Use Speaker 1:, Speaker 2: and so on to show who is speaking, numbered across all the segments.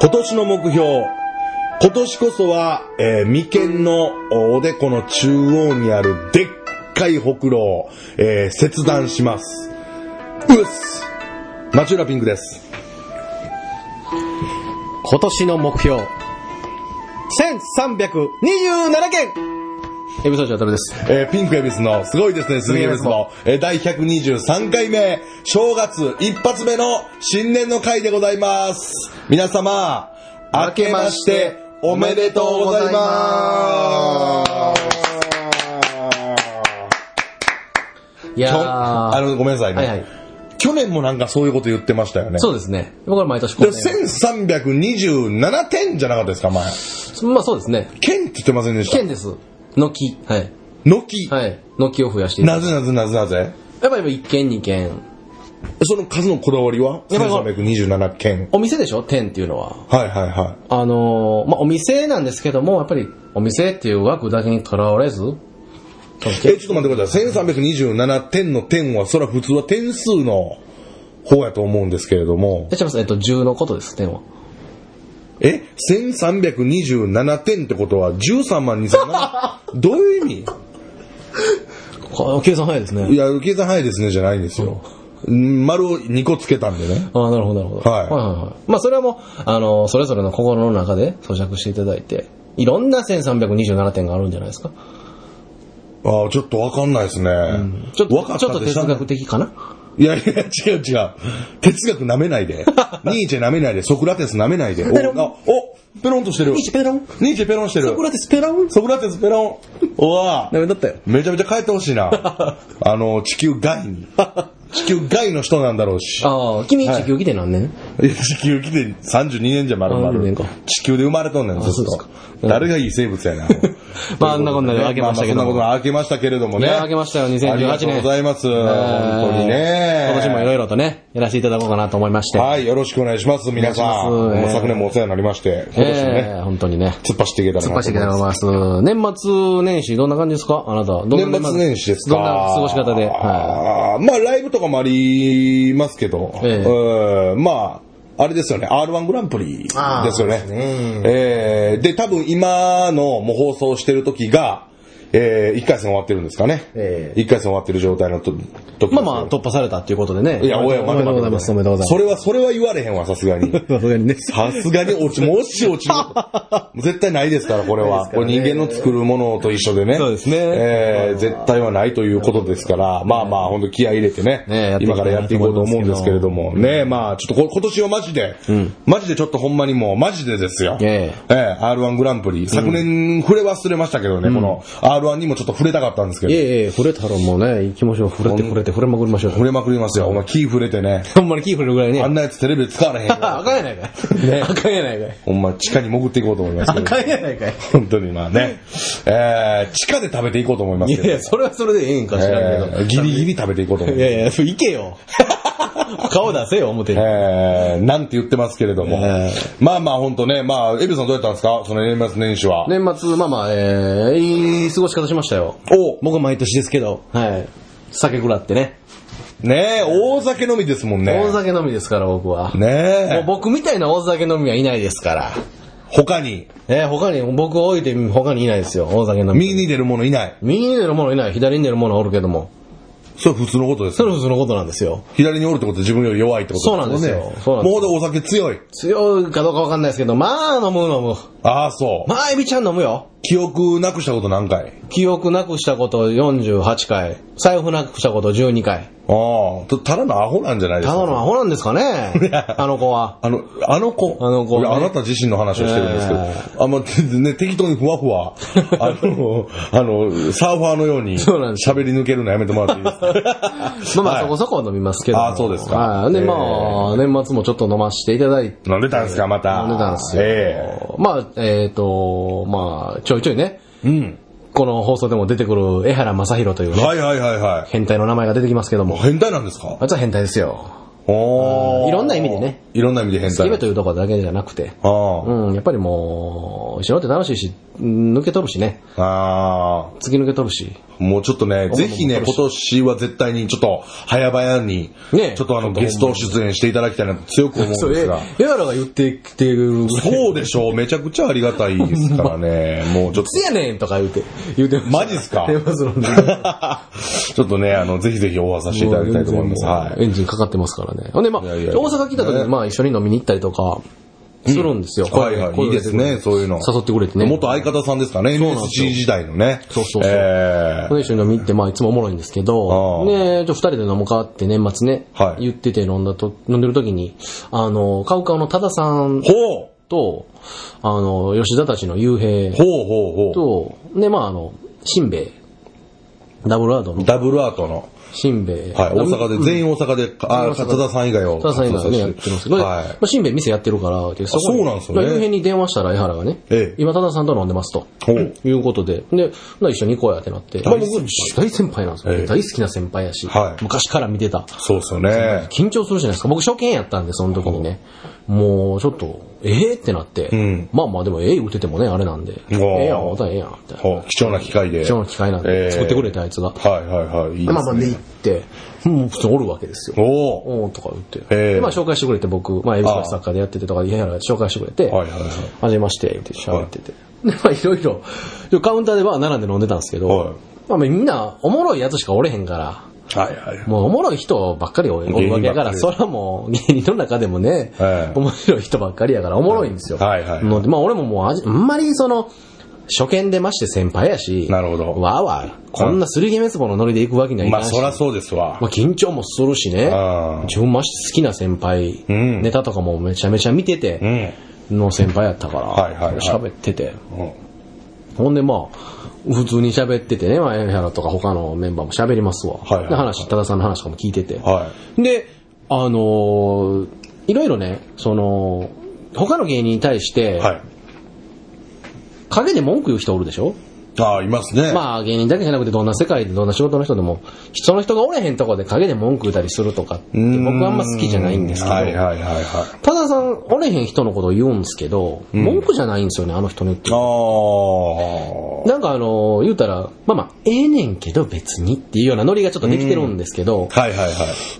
Speaker 1: 今年の目標。今年こそは、えー眉間のおでこの中央にあるでっかいほくろを、えー切断します。うっすマチューラピンクです。
Speaker 2: 今年の目標、1327件エビソーチ渡るです。
Speaker 1: えーピンクエビスの、すごいですね、鈴木エビスの、えー第123回目、正月一発目の新年の回でございます。皆様、明けまして、おめでとうございます。
Speaker 2: いや
Speaker 1: きょ
Speaker 2: ー
Speaker 1: あの、ごめんなさいね。
Speaker 2: はいはい
Speaker 1: 去年もなんかそういうこと言ってましたよね。
Speaker 2: そうですね。僕は毎年こ
Speaker 1: で
Speaker 2: う、ね。
Speaker 1: 1327点じゃなかったですか、前。
Speaker 2: まあそうですね。
Speaker 1: 剣って言ってませんでした。
Speaker 2: 県です。軒。はい。
Speaker 1: 軒。
Speaker 2: はい。軒を増やしていく
Speaker 1: なぜなぜなぜなぜ
Speaker 2: やっぱり1軒2軒。
Speaker 1: その数のこだわりは
Speaker 2: やっぱり
Speaker 1: ?1327 件。
Speaker 2: お店でしょ店っていうのは。
Speaker 1: はいはいは
Speaker 2: あのーまあお店なんですけども、やっぱりお店っていう枠だけにとらわれず、
Speaker 1: い。え、ちょっと待ってください。1327点の点は、それは普通は点数の方やと思うんですけれども
Speaker 2: え、、ちゃいます。えっと、10のことです、点は。
Speaker 1: え、1327点ってことは13万2000 どういう意味
Speaker 2: こ計算早いです
Speaker 1: い
Speaker 2: ね。
Speaker 1: や、計算早いですね、じゃないんですよ。うん丸を2個つけたんでね。
Speaker 2: ああ、なるほど、なるほど。
Speaker 1: はい
Speaker 2: はいはいはいまあ、それはもう、あのーそれぞれの心の中で咀嚼していただいて、いろんな1327点があるんじゃないですか。
Speaker 1: ああ、ちょっとわかんないですね。
Speaker 2: ちょっ
Speaker 1: わか
Speaker 2: と、
Speaker 1: っ
Speaker 2: ちょったと
Speaker 1: でしょ
Speaker 2: 哲学的かない
Speaker 1: やいや、違う違う。哲学舐めない で。ニーチェ舐めないで。ソクラテス舐めないで。お、
Speaker 2: ペロン
Speaker 1: あおペロンとしてる。ニ
Speaker 2: ニーチェペロン
Speaker 1: ニーチェペロンしてる。
Speaker 2: これってスペラウン
Speaker 1: ソクラテスペロン。うわ
Speaker 2: ダメだったよ。
Speaker 1: めちゃめちゃ帰ってほしい な。あの、地球外に。地球外の人なんだろうし。
Speaker 2: ああ、君、地球儀で何年、
Speaker 1: いや地球来て32年じゃ丸
Speaker 2: 32年か
Speaker 1: 々。地球で生まれとんねん、ずっ
Speaker 2: そう
Speaker 1: と
Speaker 2: で。
Speaker 1: 誰がいい生物や な。
Speaker 2: まあ、あんなこんなで開けましたけど
Speaker 1: まあ
Speaker 2: も。
Speaker 1: まあそんなこと開けましたけれどもね。
Speaker 2: いや明けましたよ2018年
Speaker 1: ありがとうございます。本当にね。
Speaker 2: 今年もいろいろとね、やらせていただこうかなと思いまして。
Speaker 1: はい、よろしくお願いします、皆さん。
Speaker 2: お願いします
Speaker 1: もう昨年もお世話になりまして、今年も
Speaker 2: え
Speaker 1: ね、
Speaker 2: ー本当にね。
Speaker 1: 突っ走っていけたらなと
Speaker 2: 突っ
Speaker 1: 思います。
Speaker 2: 走っていきたいと思います。年末年始、どんな感じですかあなた。どんな
Speaker 1: 年末年始ですか
Speaker 2: どんな過ごし方で。は
Speaker 1: あーまあ、ライブとかもありますけど、
Speaker 2: ええ
Speaker 1: うんまあ、あれですよね、R1 グランプリですよね。えーで、多分今のもう放送してる時が、え1回戦終わってるんですかね。
Speaker 2: え
Speaker 1: 1回戦終わってる状態のと時ですよ
Speaker 2: いまあまあ、突破されたっていうことでね。
Speaker 1: いや、おや、
Speaker 2: おめでとうございます。おめでとうござい
Speaker 1: それは、それは言われへんわ、さすがに。
Speaker 2: ます。さすがにね。
Speaker 1: さすがに落ち、もし落ちる。 絶対ないですから、これは。これ人間の作るものと一緒でね。
Speaker 2: そうですね
Speaker 1: えー絶対はないということですから、まあまあ、本当気合い入れてね
Speaker 2: ねやっていきた
Speaker 1: 今か
Speaker 2: いな
Speaker 1: らやっていこうと思うんですけれども。ねまあ、ちょっとこ今年はマジで、マジでちょっとほんまにもう、マジでですよ。
Speaker 2: え
Speaker 1: ええ R1 グランプリ。昨年、触れ忘れましたけどね、この R1 にもちょっと触れたかったんですけ
Speaker 2: い
Speaker 1: ど。
Speaker 2: えいえ、触れたらもうね、行きましょう。触れて触れて、触れまくりましょう。
Speaker 1: 触れまくりますよ。お前、木触れてね。
Speaker 2: ほんまに気触れるぐらいね。
Speaker 1: あんなやつテレビで使われへんよ。
Speaker 2: あかんやないか
Speaker 1: ね
Speaker 2: い。あかんやないかい。
Speaker 1: ほんま、地下に潜っていこうと思いますけ
Speaker 2: あ
Speaker 1: ど。
Speaker 2: かんやないかい。
Speaker 1: 本当にまあね、えー、地下で食べていこうと思います
Speaker 2: い
Speaker 1: け
Speaker 2: や
Speaker 1: ど、
Speaker 2: いや、それはそれでええんか知らんけ
Speaker 1: えー
Speaker 2: ど。
Speaker 1: ギリギリ食べていこうと思い
Speaker 2: い
Speaker 1: ます。
Speaker 2: やいや、行け よ。顔出せよ、表に。
Speaker 1: えー、なんて言ってますけれども。
Speaker 2: え
Speaker 1: まあまあ本当ね、まあ、エビさんどうやったんですかその年末年始は。
Speaker 2: 年末、まあまあ、えー、いい過ごし方しましたよ。
Speaker 1: お
Speaker 2: 僕は毎年ですけど、はい。酒食らってね。
Speaker 1: ねえ、大酒飲みですもんね。
Speaker 2: 大酒飲みですから、僕は。もう
Speaker 1: ねえ、
Speaker 2: 僕みたいな大酒飲みはいないですから。
Speaker 1: 他に、
Speaker 2: えー、他に、僕を置いて他にいないですよ、大酒飲み。
Speaker 1: 右に出る者いない。
Speaker 2: 右に出る者いない、左に出る者はおるけども。
Speaker 1: それ普通のことです
Speaker 2: そ。れはそのことなんですよ。
Speaker 1: 左におるってことは自分より弱いってことも
Speaker 2: そうなんですよそうなんで
Speaker 1: も
Speaker 2: す
Speaker 1: うでお酒強い。
Speaker 2: 強いかどうかわかんないですけど、まあ飲む飲む。
Speaker 1: ああ、そう。
Speaker 2: まあエビちゃん飲むよ。
Speaker 1: 記憶なくしたこと何回
Speaker 2: 記憶なくしたこと48回、財布なくしたこと12回。
Speaker 1: ああ、ただのアホなんじゃないです
Speaker 2: た
Speaker 1: か。
Speaker 2: だのアホなんですか ねあの子は。
Speaker 1: あの、あの子。
Speaker 2: あの子
Speaker 1: 俺
Speaker 2: ね
Speaker 1: あなた自身の話をしてるんですけど。
Speaker 2: え
Speaker 1: あ、まあ、全然ね、適当にふわふ わ。あの、あの、サーファーのように
Speaker 2: そうなんです
Speaker 1: 喋り抜けるのやめてもらっていい ですか
Speaker 2: まあま
Speaker 1: は
Speaker 2: あ
Speaker 1: い
Speaker 2: そこそこ飲みますけども。
Speaker 1: あそうですか
Speaker 2: はい。で、
Speaker 1: えー
Speaker 2: まあ、年末もちょっと飲ませていただいて。
Speaker 1: 飲んでたんですか、また。
Speaker 2: 飲んでたんですよ
Speaker 1: え
Speaker 2: まあ、えっ、と、まあ、ちょいちょいね、
Speaker 1: えうん。
Speaker 2: この放送でも出てくる江原正宏というね、
Speaker 1: はいはいはいはい。
Speaker 2: 変態の名前が出てきますけども。
Speaker 1: 変態なんですか
Speaker 2: あいつは変態ですよ。
Speaker 1: おー
Speaker 2: いろんな意味でね。
Speaker 1: いろんな意味で変態。
Speaker 2: 夢というところだけじゃなくて。
Speaker 1: ああ。
Speaker 2: うん、やっぱりもう、一緒になって楽しいし、抜けとるしね。
Speaker 1: あ
Speaker 2: 突き抜けとるし。
Speaker 1: ーもうちょっとね、ぜひね、今年は絶対にちょっと、早々に、
Speaker 2: ね
Speaker 1: ちょっとあの、ゲスト出演していただきたいなと強く思うんで
Speaker 2: それ、
Speaker 1: す
Speaker 2: エ
Speaker 1: が。
Speaker 2: アラが言ってきてるぐらい。
Speaker 1: そうでしょう、めちゃくちゃありがたいですから ね、もうちょっと。
Speaker 2: つやねんとか言うて、言うてました
Speaker 1: マジっす か
Speaker 2: 電話するのに
Speaker 1: ちょっとね、あの、ぜひぜひオファーさせていただきたいと思います。
Speaker 2: もう
Speaker 1: は
Speaker 2: 全然もうエンジンかかってますからね。ほんで、ま
Speaker 1: い
Speaker 2: あ、大
Speaker 1: やいやいや
Speaker 2: 阪来た時に、まあ、一緒に飲みに行ったりとか、するんですよ。
Speaker 1: い。はいはい、
Speaker 2: 声
Speaker 1: いいで
Speaker 2: かけて
Speaker 1: す
Speaker 2: くれて
Speaker 1: ね、そういうの。
Speaker 2: 誘ってくれてね。
Speaker 1: 元相方さんですかね、
Speaker 2: そうなんですよ
Speaker 1: NSC 時代のね。
Speaker 2: そうそうそう
Speaker 1: え
Speaker 2: ほんで一緒に飲み行って、まあ、いつもおもろいんですけど、
Speaker 1: ああ
Speaker 2: ねじゃあ二人で飲もうかって年末ね、
Speaker 1: はい
Speaker 2: 言ってて飲んだと、飲んでる時に、あの、カウカウの多田さん
Speaker 1: ーほう
Speaker 2: と、あの、吉田たちの雄
Speaker 1: ほ
Speaker 2: 平
Speaker 1: うほうほ
Speaker 2: と、で、まあ、あの、しんべヱダブルアート
Speaker 1: う。
Speaker 2: の
Speaker 1: ダブルアートの。
Speaker 2: しんべ
Speaker 1: はい、大阪で、全員大阪で、あ、
Speaker 2: 大阪
Speaker 1: 片田さん以外を。
Speaker 2: 田さん今ね、やってますけど、
Speaker 1: は
Speaker 2: まあ、しんべヱ店やってるから、ってそ
Speaker 1: そうなんですよね
Speaker 2: まあ夕平に電話したら、江原がね、
Speaker 1: ええ
Speaker 2: 今、多田さんと飲んでますと。
Speaker 1: い。ほう。
Speaker 2: いうことで、で、まあ一緒に行こうやってなって、まあ
Speaker 1: 大
Speaker 2: 僕
Speaker 1: 先輩
Speaker 2: 大先輩なんですよ、
Speaker 1: ええ
Speaker 2: 大好きな先輩やし、
Speaker 1: はい
Speaker 2: 昔から見てた。
Speaker 1: そうっすよね。
Speaker 2: 緊張するじゃないですか。僕初見やったんで、その時にね。もう、ちょっと、ええってなって、
Speaker 1: ん
Speaker 2: まあまあでも、ええ打ててもね、あれなんで、ええやん、またええやん、みたいな。
Speaker 1: ほう、貴重な機会で。
Speaker 2: 貴重な機会なん
Speaker 1: え
Speaker 2: で、
Speaker 1: ー
Speaker 2: 作ってくれて、あいつが。
Speaker 1: はいはいはい。いいですね
Speaker 2: まあまあで行って、もう普通におるわけですよ。
Speaker 1: おお
Speaker 2: おーとか言って。
Speaker 1: ええ
Speaker 2: でまあ紹介してくれて僕、まあエビスサッカーでやっててとか、いやいや紹介してくれて、
Speaker 1: はいはいはい
Speaker 2: はじめまして、って喋ってて。で、まあいろいろ、カウンターでは並んで飲んでたんですけど、
Speaker 1: はい
Speaker 2: まあみんなおもろいやつしかおれへんから、
Speaker 1: はいはい。
Speaker 2: もうおもろい人ばっかりおるわけや
Speaker 1: 芸人ば
Speaker 2: から、
Speaker 1: っかり
Speaker 2: それはもう芸人の中でもね、
Speaker 1: ええ
Speaker 2: 面白い人ばっかりやからおもろいんですよ。
Speaker 1: はいはい
Speaker 2: ので、まあ俺ももうあじあんまりその、初見でまして先輩やし、
Speaker 1: なるほど
Speaker 2: わあわあ、こんなすりげめつぼのノリで行くわけにはいか
Speaker 1: ま
Speaker 2: ん
Speaker 1: あ
Speaker 2: し、
Speaker 1: そらそうですわ
Speaker 2: ま。あ緊張もするしね
Speaker 1: ああ、
Speaker 2: 自分まして好きな先輩、
Speaker 1: うん
Speaker 2: ネタとかもめちゃめちゃ見て
Speaker 1: う
Speaker 2: て、
Speaker 1: ん。
Speaker 2: の先輩やったから、
Speaker 1: はいはいはい
Speaker 2: 喋ってて。
Speaker 1: うん
Speaker 2: ほんでまあ、普通に喋っててね、まあ、エフとか他のメンバーも喋りますわ。
Speaker 1: はいはいはい
Speaker 2: で話、多田さんの話とかも聞いてて。
Speaker 1: は
Speaker 2: で、あのーいろいろね、その、他の芸人に対し
Speaker 1: い。
Speaker 2: て、
Speaker 1: はい。
Speaker 2: 陰で文句言う人おるでしょ
Speaker 1: ああ、いますね。
Speaker 2: まあ芸人だけじゃなくてどんな世界でどんな仕事の人でも、その人がおれへんとこで陰で文句言うたりするとかって
Speaker 1: うーん
Speaker 2: 僕はあんま好きじゃないんですけど、
Speaker 1: はいはいはいはい。
Speaker 2: たださんおれへん人のことを言うんですけど、文句じゃないんですよね、あの人ねって。
Speaker 1: あ
Speaker 2: なんかあのー言うたら、まあまあ、ええねんけど別にっていうようなノリがちょっとできてるんですけど、
Speaker 1: あ。はいはいはい。
Speaker 2: あ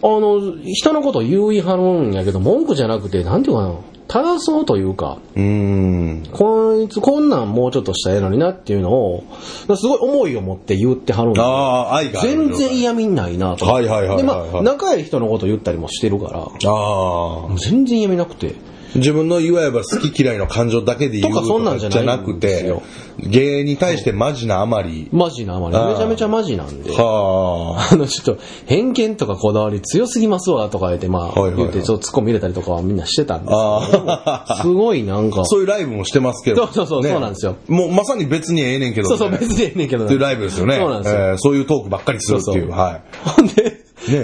Speaker 2: の、人のこと言ういはるんやけど、文句じゃなくて、なんていうかな、正そうというか、
Speaker 1: うーん。
Speaker 2: こいつ、こんなんもうちょっとしたらええのになっていうのを、すごい思いを持って言ってはるん
Speaker 1: あ
Speaker 2: で、
Speaker 1: あ、愛がある。
Speaker 2: 全然嫌味ないなと。
Speaker 1: はいはいはいはいはい
Speaker 2: で、まあ、仲いい人のこと言ったりもしてるから、
Speaker 1: ああ。
Speaker 2: 全然嫌味なくて、
Speaker 1: 自分のいわば好き嫌いの感情だけで言う
Speaker 2: とかそんなんじゃない
Speaker 1: くて、芸に対してマジなあまり。
Speaker 2: マジなあまり、
Speaker 1: あー
Speaker 2: めちゃめちゃマジなんで。
Speaker 1: はあ。
Speaker 2: あの、ちょっと、偏見とかこだわり強すぎますわ、とか言って、まあ、
Speaker 1: はいはいはい
Speaker 2: 言って、ちょっとツッコミ入れたりとかはみんなしてたんです
Speaker 1: ああ。
Speaker 2: すごいなん か、
Speaker 1: そういうライブもしてますけど。
Speaker 2: そうそうそうそうなんですよ
Speaker 1: もうまさに別にええねんけど、
Speaker 2: そうそう、別にええねんけどな
Speaker 1: っていうライブですよね。
Speaker 2: そうなんですよ
Speaker 1: えーそういうトークばっかりするっていう。
Speaker 2: そうそう
Speaker 1: は
Speaker 2: ほんで、
Speaker 1: ね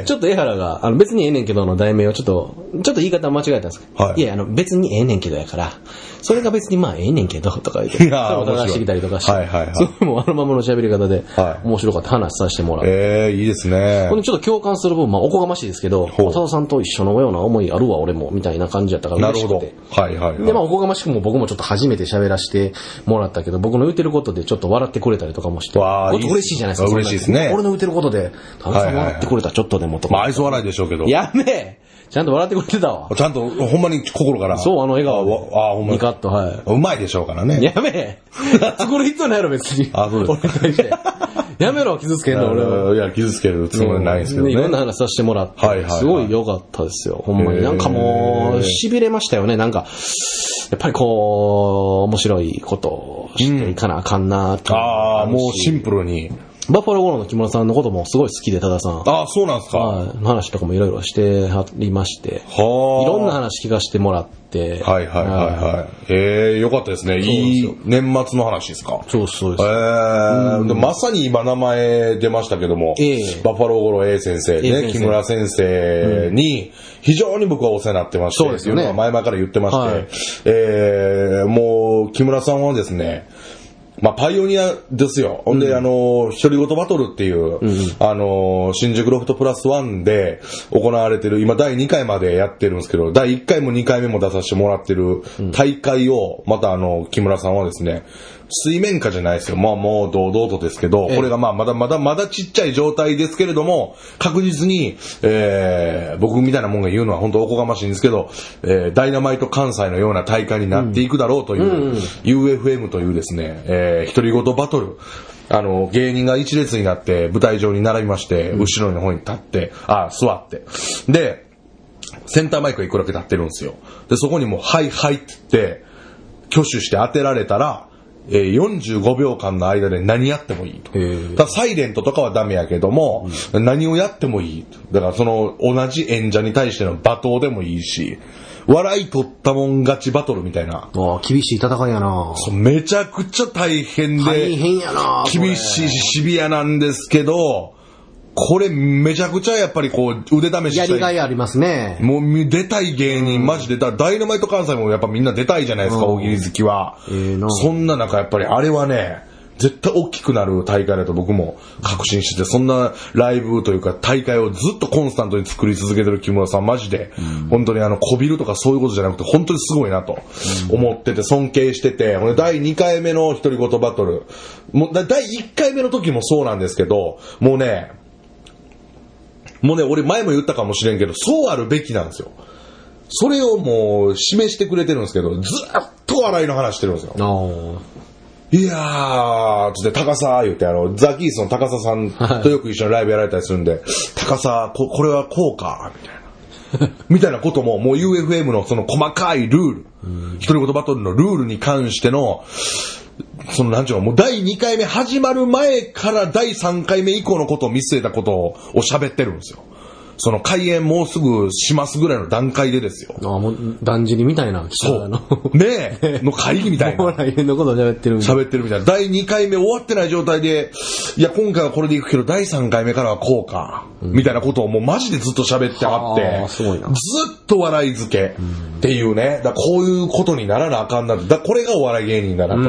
Speaker 2: ちょっと江原が、あの別にええねんけどの題名をちょっと、ちょっと言い方間違えたんですけど、
Speaker 1: はい
Speaker 2: いや、あの別にええねんけどやから、それが別にまあええねんけどとか言って、
Speaker 1: いやー
Speaker 2: それも流してきたりとかして、
Speaker 1: 面白いはいはいはい
Speaker 2: それもあのままの喋り方で、
Speaker 1: はい
Speaker 2: 面白かった話させてもら
Speaker 1: い。
Speaker 2: う。
Speaker 1: ええいいですね
Speaker 2: ほん。でちょっと共感する部分、まあおこがましいですけど、
Speaker 1: ほう
Speaker 2: 浅田さんと一緒のような思いあるわ、俺も、みたいな感じやったから
Speaker 1: な
Speaker 2: 嬉
Speaker 1: る
Speaker 2: し
Speaker 1: ほ
Speaker 2: く
Speaker 1: ど
Speaker 2: て。。
Speaker 1: はいはい、はい。
Speaker 2: で、まあ、おこがましくも僕もちょっと初めて喋らせてもらったけど、僕の言ってることでちょっと笑ってくれたりとかもして、
Speaker 1: わあ
Speaker 2: こっち嬉しいじゃないですか。
Speaker 1: 嬉しいですね
Speaker 2: 俺の言ってることで、田中さん笑ってくれた、ちょっとでもとか。
Speaker 1: まあ、愛想笑いでしょうけど。
Speaker 2: やめえちゃんと笑ってくれてたわ。
Speaker 1: ちゃんと、ほんまに心から。
Speaker 2: そう、あの笑顔で。
Speaker 1: ああ、ほんま
Speaker 2: ニ
Speaker 1: に。
Speaker 2: カッと、は
Speaker 1: うまいでしょうから
Speaker 2: い。
Speaker 1: ね。
Speaker 2: やめえ 作る必要ないやろ、別に。
Speaker 1: あそうです
Speaker 2: 俺に対して。やめろ、傷つけんの、俺は。
Speaker 1: いや、傷つけるつもりないですけど
Speaker 2: いろんな
Speaker 1: ね。
Speaker 2: 話させてもらって、
Speaker 1: はいはいはい
Speaker 2: すごい良かったですよ、ほんま
Speaker 1: へ
Speaker 2: に。
Speaker 1: ー
Speaker 2: なんかもう、痺れましたよね、なんか、やっぱりこう、面白いことをしていかなあかんなって、
Speaker 1: ああ、もうシンプルに。
Speaker 2: バッファローゴロの木村さんのこともすごい好きで、多田さん。
Speaker 1: ああ、そうなんですか。は
Speaker 2: はい、話とかもいろいろしてはりまして。
Speaker 1: あ。い
Speaker 2: いろんな話聞かせてもらって。
Speaker 1: はいはいはいはい。ええよかったですね。いい年末の話ですか。
Speaker 2: そうそうです。
Speaker 1: ええでまさに今名前出ましたけども、
Speaker 2: ええ
Speaker 1: バッファローゴロ A 先生
Speaker 2: A
Speaker 1: ね、
Speaker 2: 先生
Speaker 1: 木村先生に非常に僕はお世話になってまして、
Speaker 2: そうですよね
Speaker 1: っていうのは前々から言ってまして、ええ
Speaker 2: はい
Speaker 1: もう木村さんはですね、まあ、パイオニアですよ。ほんで、あの、独り言バトルっていう、あの、新宿ロフトプラスワンで行われてる、今第2回までやってるんですけど、第1回も2回目も出させてもらってる大会を、またあの、木村さんはですね、水面下じゃないですよ。まあもう堂々とですけど、
Speaker 2: ええ
Speaker 1: これがまあまだまだまだちっちゃい状態ですけれども、確実に、えー、僕みたいなもんが言うのは本当おこがましいんですけど、えー、ダイナマイト関西のような大会になっていくだろうという、UFM というですね、えー、独り言バトル。あの、芸人が一列になって舞台上に並びまして、後ろの方に立って、あ、座って。で、センターマイクが一個だけ立ってるんですよ。で、そこにもう、はいはいって言って、挙手して当てられたら、えー45秒間の間で何やってもいいと。
Speaker 2: へー
Speaker 1: ただ、サイレントとかはダメやけども、何をやってもいいと。だから、その、同じ演者に対しての罵倒でもいいし、笑い取ったもん勝ちバトルみたいな。
Speaker 2: ああ、厳しい戦いやな
Speaker 1: そうめちゃくちゃ大変で、
Speaker 2: 大変やなこれ
Speaker 1: 厳しいしシビアなんですけど、これめちゃくちゃやっぱりこう、腕試し
Speaker 2: やり
Speaker 1: した
Speaker 2: が
Speaker 1: い。
Speaker 2: いありますね。
Speaker 1: もう出たい芸人、マジ出たい。ダイナマイト関西もやっぱみんな出たいじゃないですか、
Speaker 2: うん
Speaker 1: 大喜利好きは。
Speaker 2: ええな
Speaker 1: そんな中やっぱりあれはね、絶対大きくなる大会だと僕も確信してて、そんなライブというか大会をずっとコンスタントに作り続けてる木村さん、マジで、本当にあの、こびるとかそういうことじゃなくて、本当にすごいなと思ってて、尊敬してて、俺第2回目の独り言バトル、もうだ第1回目の時もそうなんですけど、もうね、もうね、俺前も言ったかもしれんけど、そうあるべきなんですよ。それをもう示してくれてるんですけど、ずっと笑いの話してるんですよ。
Speaker 2: ああ。
Speaker 1: いやー、つって、高さ言うて、あの、ザ・キースの高ささんとよく一緒にライブやられたりするんで、高さ、ここれはこうか、みたいな。みたいなことも、もう UFM のその細かいルール、独り言バトルのルールに関しての、そのなんちゅうの、もう第2回目始まる前から第3回目以降のことを見据えたことを喋ってるんですよ。その開演もうすぐしますぐらいの段階でですよ。
Speaker 2: ああ、もう、だんじりみたいな、
Speaker 1: そ
Speaker 2: そうの。。
Speaker 1: ねえ、 の会議みたいな
Speaker 2: ほ。ら、家のこと喋ってる。
Speaker 1: 喋ってるみたいな。第2回目終わってない状態で、いや、今回はこれでいくけど、第3回目からはこうか、みたいなことをもうマジでずっと喋ってあっ
Speaker 2: は
Speaker 1: て、
Speaker 2: あすごいな
Speaker 1: ずっと笑い付けっていうね、だからこういうことにならなあかんなって、だからこれがお笑い芸人だなと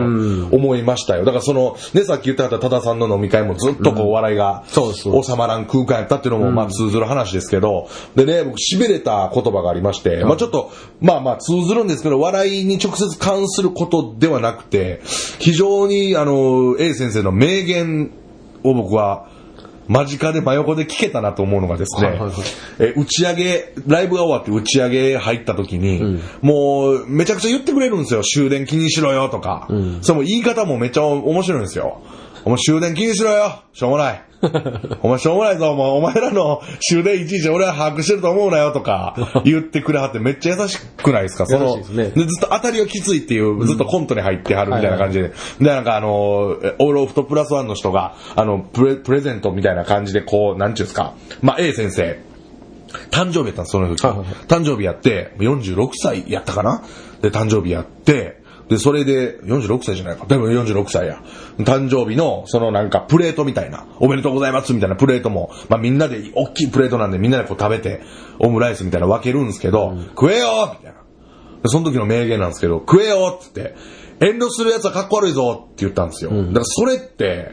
Speaker 1: 思いましたよ。だからその、ね、さっき言ってはった多田さんの飲み会もずっとこう笑いが
Speaker 2: そうですそうです
Speaker 1: 収まらん空間やったっていうのも、まあ通ずる話ですけど、でね、僕、痺れた言葉がありまして、まあちょっと、まあまあ通ずるんですけど、笑いに直接関することではなくて、非常に、あの、A 先生の名言を僕は、間近で真横で聞けたなと思うのがですね、
Speaker 2: はいはいはい
Speaker 1: えー打ち上げ、ライブが終わって打ち上げ入った時に、もうめちゃくちゃ言ってくれるんですよ。終電気にしろよとか。それも言い方もめっちゃ面白いんですよ。お前終電気にしろよしょうも ないお前しょうもないぞお前お前らの終電いちいち俺は把握してると思うなよと か言ってくれはってめっちゃ優しくないですかその
Speaker 2: 優しいですね
Speaker 1: でずっと当たりをきついっていう、ずっとコントに入ってはるみたいな感じで、で、なんかあの、えオールオフとプラスワンの人が、あの、プレプレゼントみたいな感じで、こう、なんちゅうんですか、まあ、A 先生、誕生日やったんです、その時。
Speaker 2: はいはいはい
Speaker 1: 誕生日やって、46歳やったかなで、誕生日やって、で、それで、46歳じゃないか。でも46歳や。誕生日の、そのなんか、プレートみたいな、おめでとうございますみたいなプレートも、まあみんなで、大きいプレートなんでみんなでこう食べて、オムライスみたいなの分けるんですけど、食えよみたいな。でその時の名言なんですけど、食えよっつって、遠慮する奴はかっこ悪いぞって言ったんですよ。だからそれって、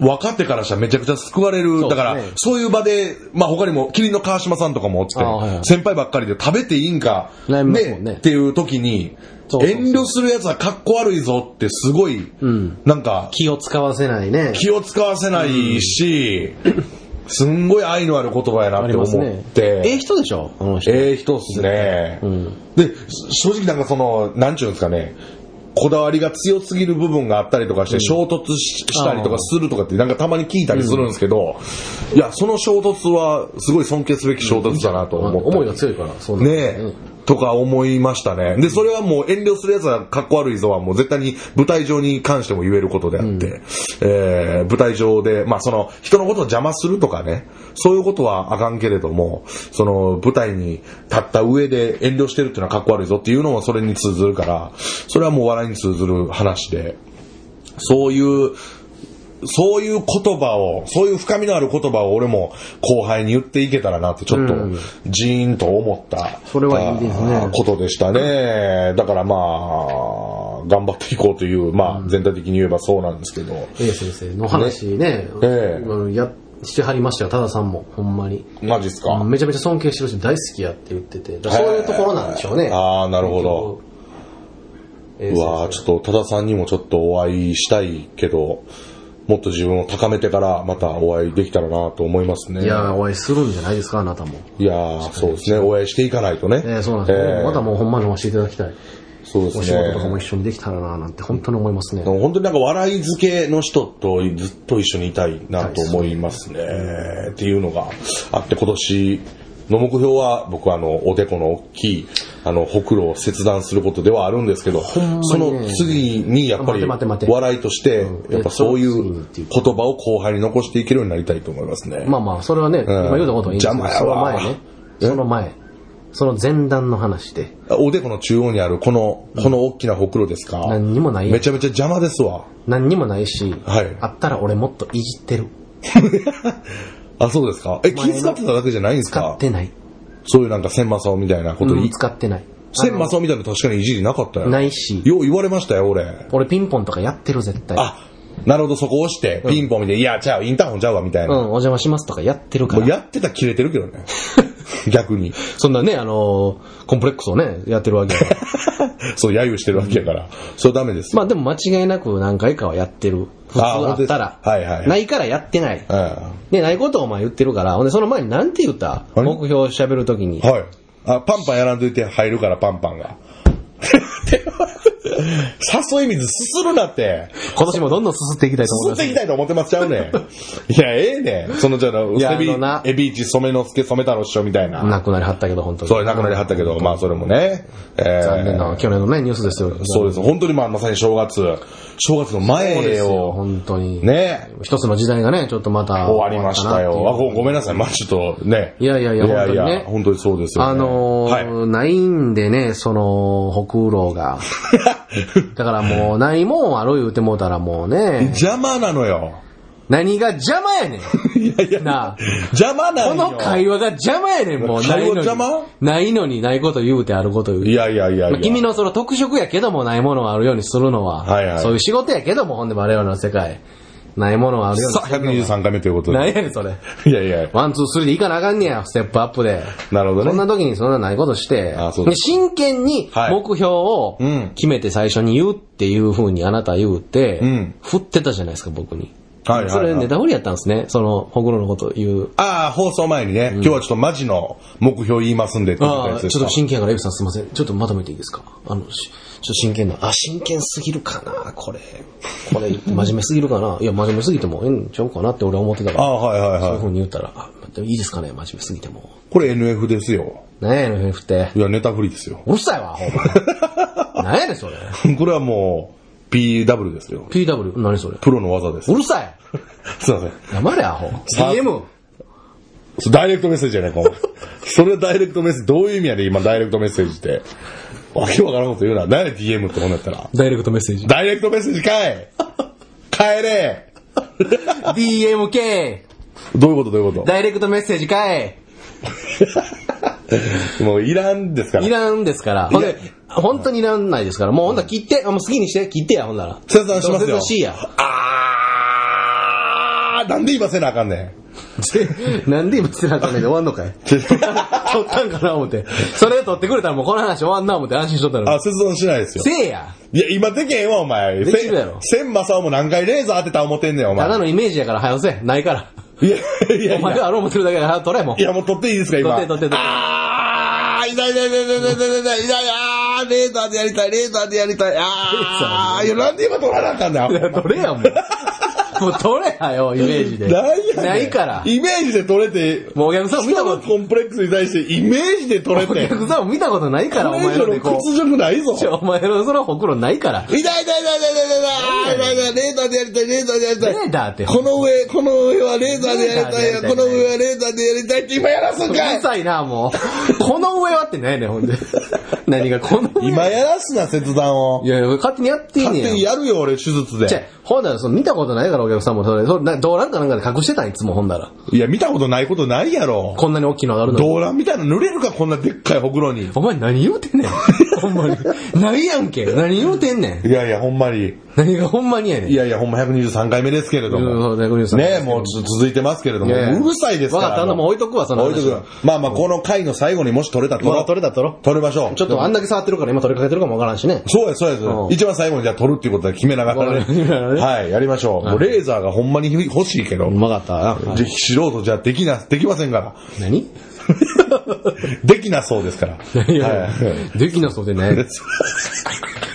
Speaker 1: 若手からしたらめちゃくちゃ救われる。
Speaker 2: そ
Speaker 1: だ
Speaker 2: うですね
Speaker 1: から、そういう場で、まあ他にも、麒麟の川島さんとかもおってて、
Speaker 2: あはいはい
Speaker 1: 先輩ばっかりで食べていいんか、
Speaker 2: 悩みますもんね
Speaker 1: っていう時に、
Speaker 2: そうそうそう
Speaker 1: 遠慮する奴はかっこ悪いぞってすごい、
Speaker 2: ん
Speaker 1: なんか、
Speaker 2: 気を使わせないね。
Speaker 1: 気を使わせないし、すんごい愛のある言葉やな
Speaker 2: あ
Speaker 1: っ
Speaker 2: り
Speaker 1: て思
Speaker 2: ます
Speaker 1: っ
Speaker 2: ね。
Speaker 1: て。
Speaker 2: ええ人でしょあの人。
Speaker 1: ええ人っすね。で、正直なんかその、なんちゅうんですかね、こだわりが強すぎる部分があったりとかして、衝突ししたりとかするとかって、なんかたまに聞いたりするんですけど、いや、その衝突は、すごい尊敬すべき衝突だなと
Speaker 2: あ
Speaker 1: 思ったり
Speaker 2: 思いが強いから、そうなん
Speaker 1: ね
Speaker 2: です
Speaker 1: え、とか思いましたね。で、それはもう遠慮する奴はかっこ悪いぞはもう絶対に舞台上に関しても言えることであって、えー舞台上で、まあその人のことを邪魔するとかね、そういうことはあかんけれども、その舞台に立った上で遠慮してるっていうのはかっこ悪いぞっていうのもそれに通ずるから、それはもう笑いに通ずる話で、そういう、そういう言葉を、そういう深みのある言葉を俺も後輩に言っていけたらなってちょっとジーンと思った、
Speaker 2: それはいいですね
Speaker 1: あーことでしたね。だからまあ、頑張っていこうという、まあ全体的に言えばそうなんですけど。
Speaker 2: A 先生の話ね、
Speaker 1: ええ
Speaker 2: うんやしてはりましたよ、たださんも、ほんまに。
Speaker 1: マジっすか、
Speaker 2: めちゃめちゃ尊敬してるし、大好きやって言ってて、だからそういうところなんでしょうね。
Speaker 1: ああ、なるほど。
Speaker 2: えー
Speaker 1: うわーちょっと多田さんにもちょっとお会いしたいけど、もっと自分を高めてからまたお会いできたらなと思いますね。
Speaker 2: いやー、お会いするんじゃないですか、あなたも。
Speaker 1: いやーそうですね。お会いしていかないとね。
Speaker 2: えー、そうなんです、
Speaker 1: えー
Speaker 2: またもうほんまにお会いしていただきたい。
Speaker 1: そうです
Speaker 2: お
Speaker 1: ね。
Speaker 2: 仕事とかも一緒にできたらななんて本当に思いますね。
Speaker 1: でも本当になんか笑い付けの人とずっと一緒にいたいなと思いますね。っていうのがあって、今年の目標は僕はあの、おでこの大きい、あの、ほくろを切断することではあるんですけど、
Speaker 2: んまにね
Speaker 1: その次にやっぱり
Speaker 2: 待て待て待て
Speaker 1: 笑いとして、やっぱそうい
Speaker 2: えっと次に
Speaker 1: う
Speaker 2: ってい
Speaker 1: 言
Speaker 2: う
Speaker 1: 葉を後輩に残していけるようになりたいと思いますね。
Speaker 2: まあまあ、それはね、今言うたことはいいんですけど、
Speaker 1: 邪
Speaker 2: そ
Speaker 1: 魔
Speaker 2: の
Speaker 1: やわ
Speaker 2: 前ね。その前。その前段の話で。
Speaker 1: おでこの中央にあるこの、この大きなほくろですか、
Speaker 2: 何にもない
Speaker 1: めちゃめちゃ邪魔ですわ。
Speaker 2: 何にもないし、
Speaker 1: はい
Speaker 2: あったら俺もっといじってる。
Speaker 1: あ、そうですかえ、気遣ってただけじゃないんです
Speaker 2: 使
Speaker 1: か
Speaker 2: ってない。
Speaker 1: そういうなんか千正夫みたいなこと
Speaker 2: う
Speaker 1: 言い
Speaker 2: ん、使ってない。
Speaker 1: 千正夫みたいなの確かにいじりなかったよ。
Speaker 2: ないし、
Speaker 1: よう言われましたよ、俺。
Speaker 2: 俺ピンポンとかやってる絶対。
Speaker 1: あ、なるほど、そこ押して、ピンポン見て、いや、ちゃう、インターホンちゃうわ、みたい
Speaker 2: うん、お
Speaker 1: な。
Speaker 2: 邪魔しますとかやってるか
Speaker 1: もう
Speaker 2: ら。
Speaker 1: やってたら切れてるけどね。 逆に。
Speaker 2: そんなね、あのーコンプレックスをね、やってるわけだから。
Speaker 1: そう、揶揄してるわけやから。それダメです。
Speaker 2: まあでも間違いなく何回かはやってる。普通あったら
Speaker 1: あ。本当ですはいはい
Speaker 2: ないからやってない。
Speaker 1: あ
Speaker 2: で、ないことをまあ言ってるから、ほんで、その前になんて言った
Speaker 1: あれ
Speaker 2: 目標を喋るときに。
Speaker 1: はい。あ、パンパンやらんといて入るから、パンパンが。 誘い水すするなって。
Speaker 2: 今年もどんどんすすっていきたいと思い
Speaker 1: 吸
Speaker 2: ま
Speaker 1: っ
Speaker 2: す。
Speaker 1: ていきたいと思ってますちゃうねん。いや、ええねん。その、じゃあ、
Speaker 2: いや
Speaker 1: エビ
Speaker 2: あのな、
Speaker 1: エビイチ、染之助、染太郎師匠みたいな。
Speaker 2: 亡くなりはったけど、本当に。
Speaker 1: そう、亡くなりはったけど、まあそれもね。えー
Speaker 2: 残念な、去年のね、ニュースですよ。
Speaker 1: そうです。本当にまあまさに正月、正月の
Speaker 2: そうで
Speaker 1: 前
Speaker 2: すよ、
Speaker 1: を、
Speaker 2: 本当に。。
Speaker 1: ね、
Speaker 2: 一つの時代がね、ちょっとまた。
Speaker 1: 終わりましたよ。あごごめん
Speaker 2: ん。
Speaker 1: なさい、まあちょっとね。
Speaker 2: いやいやいや本当にね
Speaker 1: 本当にそうですよね。
Speaker 2: あの
Speaker 1: はい。
Speaker 2: ー、ないんでね、その、北 郎が。だからもう、ないもんある言うてもうたらもうね、
Speaker 1: 邪魔なのよ。
Speaker 2: 何が邪魔やねん。
Speaker 1: いやいや、
Speaker 2: なあ。
Speaker 1: 邪魔な
Speaker 2: こ
Speaker 1: んよ。
Speaker 2: の会話が邪魔やねん、もう。
Speaker 1: 会話
Speaker 2: ないのに
Speaker 1: 邪魔
Speaker 2: ないのにないこと言うてあること言うて。
Speaker 1: いやいやいやい
Speaker 2: ま
Speaker 1: や。
Speaker 2: あ君のその特色やけどもないものがあるようにするのは、
Speaker 1: はいはい
Speaker 2: そういう仕事やけども、ほんで我々の世界、ないものがあるように
Speaker 1: さあ、
Speaker 2: するのは。
Speaker 1: 123回目ということ
Speaker 2: な
Speaker 1: で。
Speaker 2: んやねん、それ。
Speaker 1: いやいや。
Speaker 2: ワン、ツー、スリーでいかなあかんねや、ステップアップで。
Speaker 1: なるほ
Speaker 2: そん
Speaker 1: ど
Speaker 2: な
Speaker 1: ね。
Speaker 2: 時にそんなないことして、
Speaker 1: あそう
Speaker 2: で
Speaker 1: です
Speaker 2: 真剣に
Speaker 1: はい
Speaker 2: 目標を
Speaker 1: うん
Speaker 2: 決めて最初に言うっていう風にあなた言うて、
Speaker 1: うん
Speaker 2: 振ってたじゃないですか、僕に。
Speaker 1: はいはいはい
Speaker 2: それネタ振りやったんですね、その、ほくろのこと言う。
Speaker 1: ああ、放送前にね、今日はちょっとマジの目標言いますんでって言った
Speaker 2: あ
Speaker 1: や
Speaker 2: あ、
Speaker 1: つ
Speaker 2: ちょ
Speaker 1: で
Speaker 2: っ
Speaker 1: すか
Speaker 2: と真剣やから、エビさんすいません。ちょっとまとめていいですかあの、しちょっと真剣な。あ、真剣すぎるかなこれ。これ、真面目すぎるかないや、真面目すぎてもええんちゃうかなって俺は思ってたか
Speaker 1: あ
Speaker 2: ら。
Speaker 1: あ、はいはい
Speaker 2: そういう
Speaker 1: はい。
Speaker 2: 風に言ったら、あ、でもいいですかね真面目すぎても。
Speaker 1: これ NF ですよ。
Speaker 2: なんやねん、FF って。
Speaker 1: いや、ネタフリですよ。
Speaker 2: うるさいわ、ほん ま。なんやねん、それ。
Speaker 1: これはもう、PW ですよ。
Speaker 2: PW、何それ。
Speaker 1: プロの技です
Speaker 2: う。るさい
Speaker 1: すいません。
Speaker 2: 黙れ、アホ。
Speaker 1: さ
Speaker 2: DM。
Speaker 1: それダイレクトメッセージじゃない か、お前それダイレクトメッセージ、どういう意味やねん今、ダイレクトメッセージって。わけわからんこと言うな。何や DM ってほんだったら。
Speaker 2: ダイレクトメッセージ。
Speaker 1: ダイレクトメッセージかい帰れ
Speaker 2: DMK!
Speaker 1: どういうことどういうこ
Speaker 2: ダイレクトメッセージかい
Speaker 1: ともういらんですから
Speaker 2: い。らんですから。ほん
Speaker 1: い
Speaker 2: で、本当にいらんないですから。もうほんなら切って、あもう好きにして、切ってや、ほんなら。
Speaker 1: 切断しますよ
Speaker 2: どうせ欲しいや。
Speaker 1: あーなんで今せなあかんねん。
Speaker 2: なんで今つらかんねんで終わんのかい 取ったんかな思って。それ取ってくれたらもうこの話終わんな思って安心しとったのに
Speaker 1: あ、。切断しないですよ。
Speaker 2: せいや
Speaker 1: いや、今でけへんわ、お前。
Speaker 2: できるやろ
Speaker 1: せ千正夫も何回レーザー当てた思ってんねん、お前。
Speaker 2: ただのイメージやから早よせ。ないから。
Speaker 1: いやいや
Speaker 2: お
Speaker 1: い
Speaker 2: 前が
Speaker 1: や。
Speaker 2: あろうもするだけだから取れもう
Speaker 1: い。や、もう撮っていいですか、今。
Speaker 2: 撮って撮って撮って
Speaker 1: あー痛い痛い痛い痛い痛い痛い痛い痛いあーレーザーでやりたい、レーザーでやりたい。あーいや、なんで今撮らなあかんだ
Speaker 2: いや
Speaker 1: よ。
Speaker 2: 取れやも う。もう取れやよ、イメージで。
Speaker 1: なんやねん
Speaker 2: ないから。
Speaker 1: イメージで撮れて、
Speaker 2: もうお客さん見た
Speaker 1: 人
Speaker 2: こ
Speaker 1: の
Speaker 2: と、
Speaker 1: コンプレックスに対してイメージで撮れ
Speaker 2: お
Speaker 1: て。
Speaker 2: 客さん見たことないから、お
Speaker 1: これ
Speaker 2: 前
Speaker 1: 以上
Speaker 2: の
Speaker 1: の
Speaker 2: でこ
Speaker 1: 屈辱ないぞ。
Speaker 2: う。ちょお前のそれはほくろないから。
Speaker 1: 痛い痛い痛い痛い痛い痛い痛い痛いレーザーでやりたい、レーザーでやりたい。
Speaker 2: レーダーって。
Speaker 1: この上、この上はレーザーでやりたいよ。
Speaker 2: レーザーでや
Speaker 1: こ
Speaker 2: りたい
Speaker 1: の上はレーザーでやりたいって今やらす
Speaker 2: うん
Speaker 1: かい
Speaker 2: るさいな、もう。この上はってないねん、ほんで。何がこの上
Speaker 1: 今やらすな、切断を
Speaker 2: い。やいや、勝手にやってん
Speaker 1: 勝
Speaker 2: ねん。
Speaker 1: 手にやるよ、俺、手術
Speaker 2: ちゃ
Speaker 1: で。
Speaker 2: ほんなら、その見たことないから、お客さんも、それ、それな動乱かなんかで隠してたん、いつも、ほんなら。
Speaker 1: いや、見たことないことないやろ。
Speaker 2: こんなに大きいのがあるのに。
Speaker 1: 動乱みたいなの濡れるか、こんなでっかいほくろに。
Speaker 2: お前何言うてんねん。ほんまに。ないやんけ。何言うてんねん。
Speaker 1: いやいや、ほんまに。
Speaker 2: 何がほんまにやねん。
Speaker 1: いやいや、ほんま123回目ですけれども。ねもうちょっと続いてますけれども、
Speaker 2: いやいや
Speaker 1: うるさいですから。
Speaker 2: わかったあのもう置いとくわその話
Speaker 1: 置いとくまあまあ、この回の最後にもし取れたら取
Speaker 2: ま
Speaker 1: ろ
Speaker 2: あ
Speaker 1: う。
Speaker 2: 取れたとろ。
Speaker 1: 取りましょう。
Speaker 2: ちょっとあんだけ触ってるから今取りかけてるかもわからんしね。
Speaker 1: そうです、そうです。
Speaker 2: うん
Speaker 1: 一番最後にじゃあ撮るっていうことは決めながら
Speaker 2: 決めながら
Speaker 1: ね。
Speaker 2: ね
Speaker 1: はい、やりましょう。もうレーザーがほんまに欲しいけど
Speaker 2: う、まかったな。
Speaker 1: じゃあ素人じゃできな、できませんから。
Speaker 2: 何
Speaker 1: できなそうですから。
Speaker 2: いや、
Speaker 1: は
Speaker 2: できなそうでね。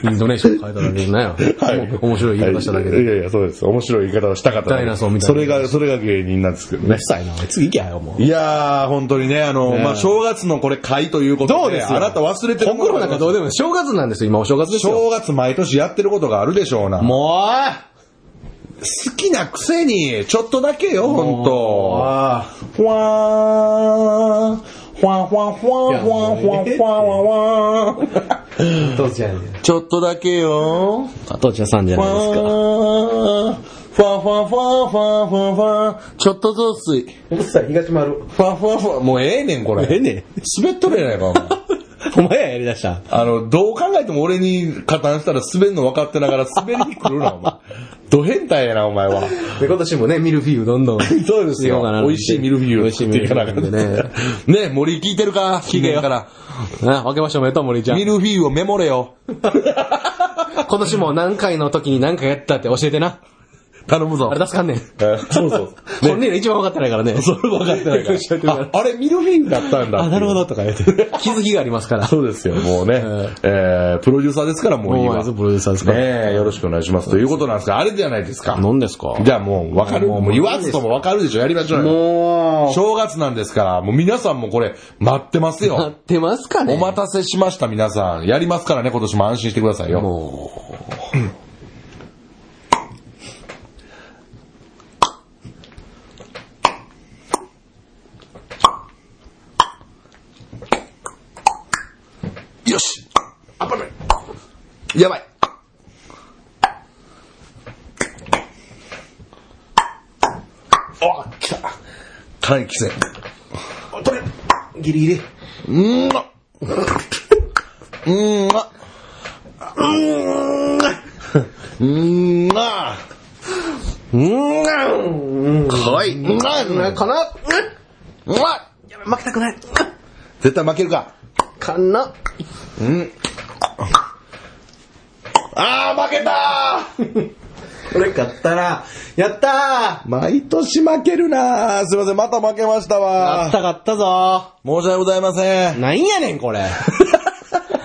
Speaker 2: インドネシア変えただけでなよ。
Speaker 1: はい
Speaker 2: 面白い言い方しただけで。
Speaker 1: いやいや、そうです。面白い言い方をしたかっただけ。
Speaker 2: ダイナソーみたい
Speaker 1: そ
Speaker 2: な
Speaker 1: れが、それが芸人なんですけどね。
Speaker 2: さいな。次行けよ、もう。
Speaker 1: いやー、本当にね、あの、まあ、正月のこれ会ということで、
Speaker 2: どうです
Speaker 1: あなた忘れてる
Speaker 2: 心なんかどうでもいい正月なんですよ、今お正月ですよ。
Speaker 1: 正月毎年やってることがあるでしょうな。
Speaker 2: もう
Speaker 1: 好きなくせに、ちょっとだけよ、ほんと。
Speaker 2: あ
Speaker 1: ふわーん。ふわふわふわふわふわふわわわーん
Speaker 2: 父ちゃん。
Speaker 1: ちょっとだけよ。
Speaker 2: 父ちゃんさんじゃ
Speaker 1: フ
Speaker 2: ないです
Speaker 1: ァ
Speaker 2: か。
Speaker 1: ファファファファファファちょっと増水。
Speaker 2: うるさい、東丸。
Speaker 1: ファファファ。もうええねん、これ。
Speaker 2: ええねん。
Speaker 1: 滑っとるやないか、 お前
Speaker 2: お前ややりだした。
Speaker 1: あの、どう考えても俺に加担したら滑るの分かってながら滑りに来るな、お前。ド変態やな、お前は。
Speaker 2: で、今年もね、ミルフィーユどんどん。
Speaker 1: そうです
Speaker 2: 行こうかな
Speaker 1: よ。
Speaker 2: なんて
Speaker 1: 美味しいミルフィーユ。
Speaker 2: 美味しいミルフィーユ
Speaker 1: ね
Speaker 2: ね。
Speaker 1: ね、森聞いてるか聞いてるから。
Speaker 2: な、分けましょう、おめでとう、森ちゃん
Speaker 1: ミ。ルフィーユをメモれよ。
Speaker 2: 今年も何回の時に何回やったって教えてな。
Speaker 1: 頼むぞ
Speaker 2: あれ。助かんねん。
Speaker 1: えそうそう。
Speaker 2: 本人が一番分かってないからね。 それ分
Speaker 1: 分かってないから。ああれ、ミルフィーユだったんだ。
Speaker 2: あ、なるほど、とか言って。気づ きがありますから。
Speaker 1: そうですよ、もうね。えー、プロデューサーですから、もういい
Speaker 2: もうあ
Speaker 1: わ。
Speaker 2: いつプロデューサーですから
Speaker 1: ねえよろしくお願いします。ということなんですが、あれじゃないですか。
Speaker 2: 何ですか
Speaker 1: じゃあもう、わかる。もう言わずともわかるでしょ、やりましょうよ。
Speaker 2: も
Speaker 1: 正月なんですから、もう皆さんもこれ、待ってます
Speaker 2: う、待
Speaker 1: よ。
Speaker 2: ってますかね
Speaker 1: お待たせしました、皆さん。やりますからね、今年も安心してくださいよ。
Speaker 2: も
Speaker 1: よしあばれやばいお来た辛いきせ取れ
Speaker 2: う、ギリギリ。
Speaker 1: うんまうんまうんまうんま
Speaker 2: うん、うん、
Speaker 1: かわいいうんまう
Speaker 2: な、かな、
Speaker 1: んま
Speaker 2: うん、負けたくない。
Speaker 1: 絶対負けるか
Speaker 2: かな。
Speaker 1: あー負けたー
Speaker 2: これ勝ったら、やったー
Speaker 1: 毎年負けるなーすいません、また負けました
Speaker 2: 勝
Speaker 1: わ
Speaker 2: っ
Speaker 1: ー
Speaker 2: た勝ったぞ
Speaker 1: 申し訳ございません
Speaker 2: ー。。なんやねん、こ れ。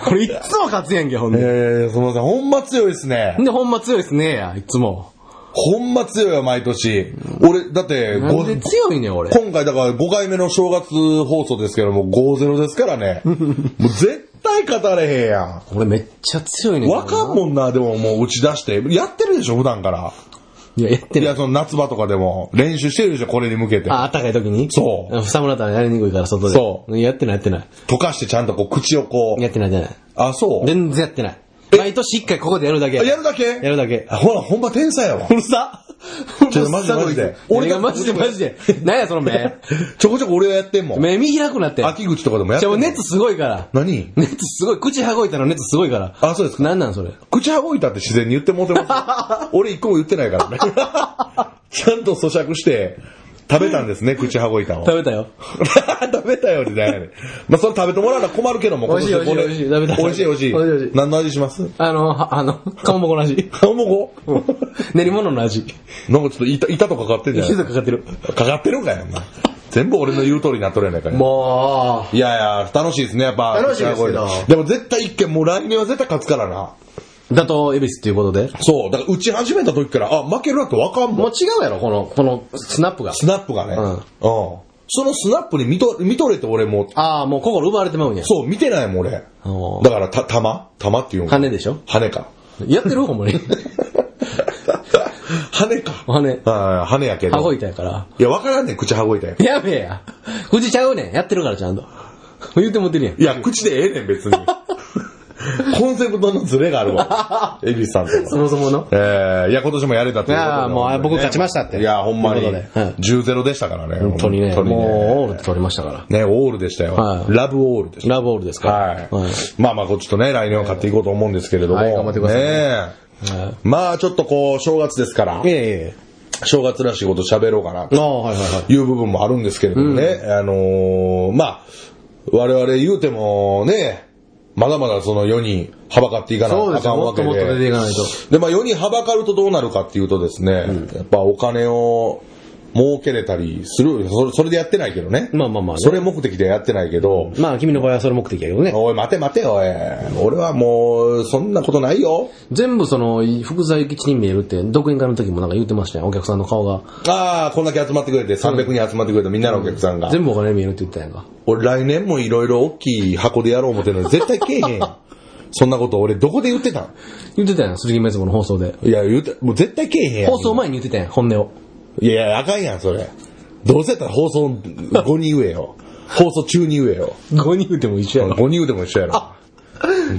Speaker 2: これいっつも勝つやんけ、ほんで。
Speaker 1: えー、すみません。ほんま強いですね
Speaker 2: ほん。で、ほんま強いですねや、いつも。
Speaker 1: ほんま強いよ、毎年。俺、だって、
Speaker 2: なん
Speaker 1: ご
Speaker 2: で強いねん、俺。
Speaker 1: 今回だから5回目の正月放送ですけども、5-0ですから ね。もう絶対勝たれへんや
Speaker 2: 俺めっちゃ強いね
Speaker 1: ん。
Speaker 2: ん。
Speaker 1: わかんもんな、でももう打ち出して。やってるでしょ、普段から。
Speaker 2: いや、やって
Speaker 1: い
Speaker 2: ない。
Speaker 1: や、その夏場とかでも練習してるでしょ、これに向けて。
Speaker 2: あ、あったかい時に。
Speaker 1: そう
Speaker 2: ふさむらたらやりにくいから、外で。。
Speaker 1: そう
Speaker 2: やってない、やってない。
Speaker 1: 溶かしてちゃんとこう、口をこう
Speaker 2: や。ってない、やってない。
Speaker 1: あ、そう。
Speaker 2: 全然やってない。毎年一回ここでやるだけ。
Speaker 1: あやるだけ
Speaker 2: やるだけ
Speaker 1: あ。ほら、ほんま天才やわ
Speaker 2: う。るさ
Speaker 1: ちょっとマジでマジで
Speaker 2: 俺がマジでマジで。何や、その目。
Speaker 1: ちょこちょこ俺はやってんもん。
Speaker 2: 目見開くなって。
Speaker 1: 秋口とかでもやって
Speaker 2: じゃ
Speaker 1: ん
Speaker 2: あ
Speaker 1: も
Speaker 2: も
Speaker 1: ん
Speaker 2: う熱すごいから。
Speaker 1: 何
Speaker 2: 熱すごい。口はごいたら熱すごいから。
Speaker 1: あそうですか
Speaker 2: なんなんそれ。
Speaker 1: 口はごいたって自然に言ってもうてます よ俺一個も言ってないからね。ちゃんと咀嚼して、食べたんですね、口はごいたを。
Speaker 2: 食べたよ。
Speaker 1: 食べたよりだよね。まあ、それ食べてもらうのは困るけども、
Speaker 2: 美味しい
Speaker 1: 今年
Speaker 2: 美味しい美味しい食べた
Speaker 1: 美味しい美味しい。
Speaker 2: 美味しい美味しい
Speaker 1: 何の味します
Speaker 2: あの、はあの、かまぼこの 味。
Speaker 1: かもご
Speaker 2: 練り物の味。
Speaker 1: なんかちょっと板、板とかかってんじゃ
Speaker 2: 静
Speaker 1: な
Speaker 2: かかってる。
Speaker 1: いかかってるんかよ、お前全部俺の言う通りになっとるやないかよ。
Speaker 2: も
Speaker 1: いやいや、楽しいですね、やっぱ。
Speaker 2: 楽しいですけど
Speaker 1: 口はごいでも絶対一件、もう来年は絶対勝つからな。
Speaker 2: う。だと、恵比寿っていうことで。
Speaker 1: そう、だから打ち始めた時から、あ、負けるなってわかんもん。
Speaker 2: もう違うやろ、この、この、スナップが。
Speaker 1: スナップがね。う。
Speaker 2: うんん
Speaker 1: そのスナップに見と見とれて俺もう、
Speaker 2: ああ、もう心奪われてまうんや。
Speaker 1: そう、見てないもん俺。
Speaker 2: おー
Speaker 1: だから、た、玉玉っていうの
Speaker 2: 羽でしょ
Speaker 1: 羽 か。
Speaker 2: やってるほんまに。
Speaker 1: 羽か。
Speaker 2: 羽。
Speaker 1: あー羽やけど。
Speaker 2: はごい
Speaker 1: い
Speaker 2: たやから。
Speaker 1: や、わからんねん、口はごいたよ。
Speaker 2: やべえや。口ちゃうねん。やってるからちゃんと。言うてもってるやん。
Speaker 1: いや、口でええねん、別 に。コンセプトのズレがある わ。エビスさんと
Speaker 2: そ
Speaker 1: は。
Speaker 2: もそもの。
Speaker 1: えー、いや、今年もやれたということで
Speaker 2: いやーもうあ僕勝ちましたって
Speaker 1: いや、ほんまに。
Speaker 2: ということではい
Speaker 1: 10-0でしたからね。
Speaker 2: 本当にね、
Speaker 1: 本当
Speaker 2: もうオールで取りましたから。
Speaker 1: ね、オールでしたよ。
Speaker 2: はい
Speaker 1: ラブオールでした。
Speaker 2: ラブオールですか
Speaker 1: はい。まあまあ、こうちょっとね、来年は買っていこうと思うんですけれども。
Speaker 2: はい頑張ってくださいね
Speaker 1: ねえ
Speaker 2: は
Speaker 1: まあちょっとこう、正月ですから
Speaker 2: い。、え
Speaker 1: 正月らしいこと喋ろうかな
Speaker 2: え
Speaker 1: と
Speaker 2: ああ、はいはいはい。
Speaker 1: いう部分もあるんですけれどもね、あのーまあ、我々言うてもね、まだまだその世にはばかっていかな
Speaker 2: そう
Speaker 1: あ
Speaker 2: です
Speaker 1: か
Speaker 2: よ。
Speaker 1: ん
Speaker 2: も
Speaker 1: わ
Speaker 2: っ
Speaker 1: け
Speaker 2: ともっと出てい
Speaker 1: で。
Speaker 2: かないと。
Speaker 1: で、まあ世にはばかるとどうなるかっていうとですね、やっぱお金を儲けれたりする、それそれでやってないけどね。
Speaker 2: まあまあまあね
Speaker 1: それ目的でやってないけど、
Speaker 2: まあ、君の場合はそれ目的やけどね。
Speaker 1: おい待て待ておい、俺はもうそんなことないよ。
Speaker 2: 全部その、福沢諭吉に見えるって、独演会の時もなんか言ってましたよ。お客さんの顔が。
Speaker 1: ああ、こんだけ集まってくれて、300人集まってくれたみんなのお客さんが。
Speaker 2: 全部お金に見えるって言ってたやんか。
Speaker 1: 俺来年もいろいろ大きい箱でやろう思ってるのに絶対けえへんやん。そんなこと俺どこで言ってたん
Speaker 2: 言ってたやん、鈴木メズボの放送で。
Speaker 1: いや、言うて、もう絶対けえへんやん。
Speaker 2: 放送前に言ってたやん、本音を。
Speaker 1: いやいや、あかんやん、それ。どうせやったら放送後に言えよ。放送中に言えよ。
Speaker 2: 5人言っても一緒やん。
Speaker 1: 後に言うても一緒やろ。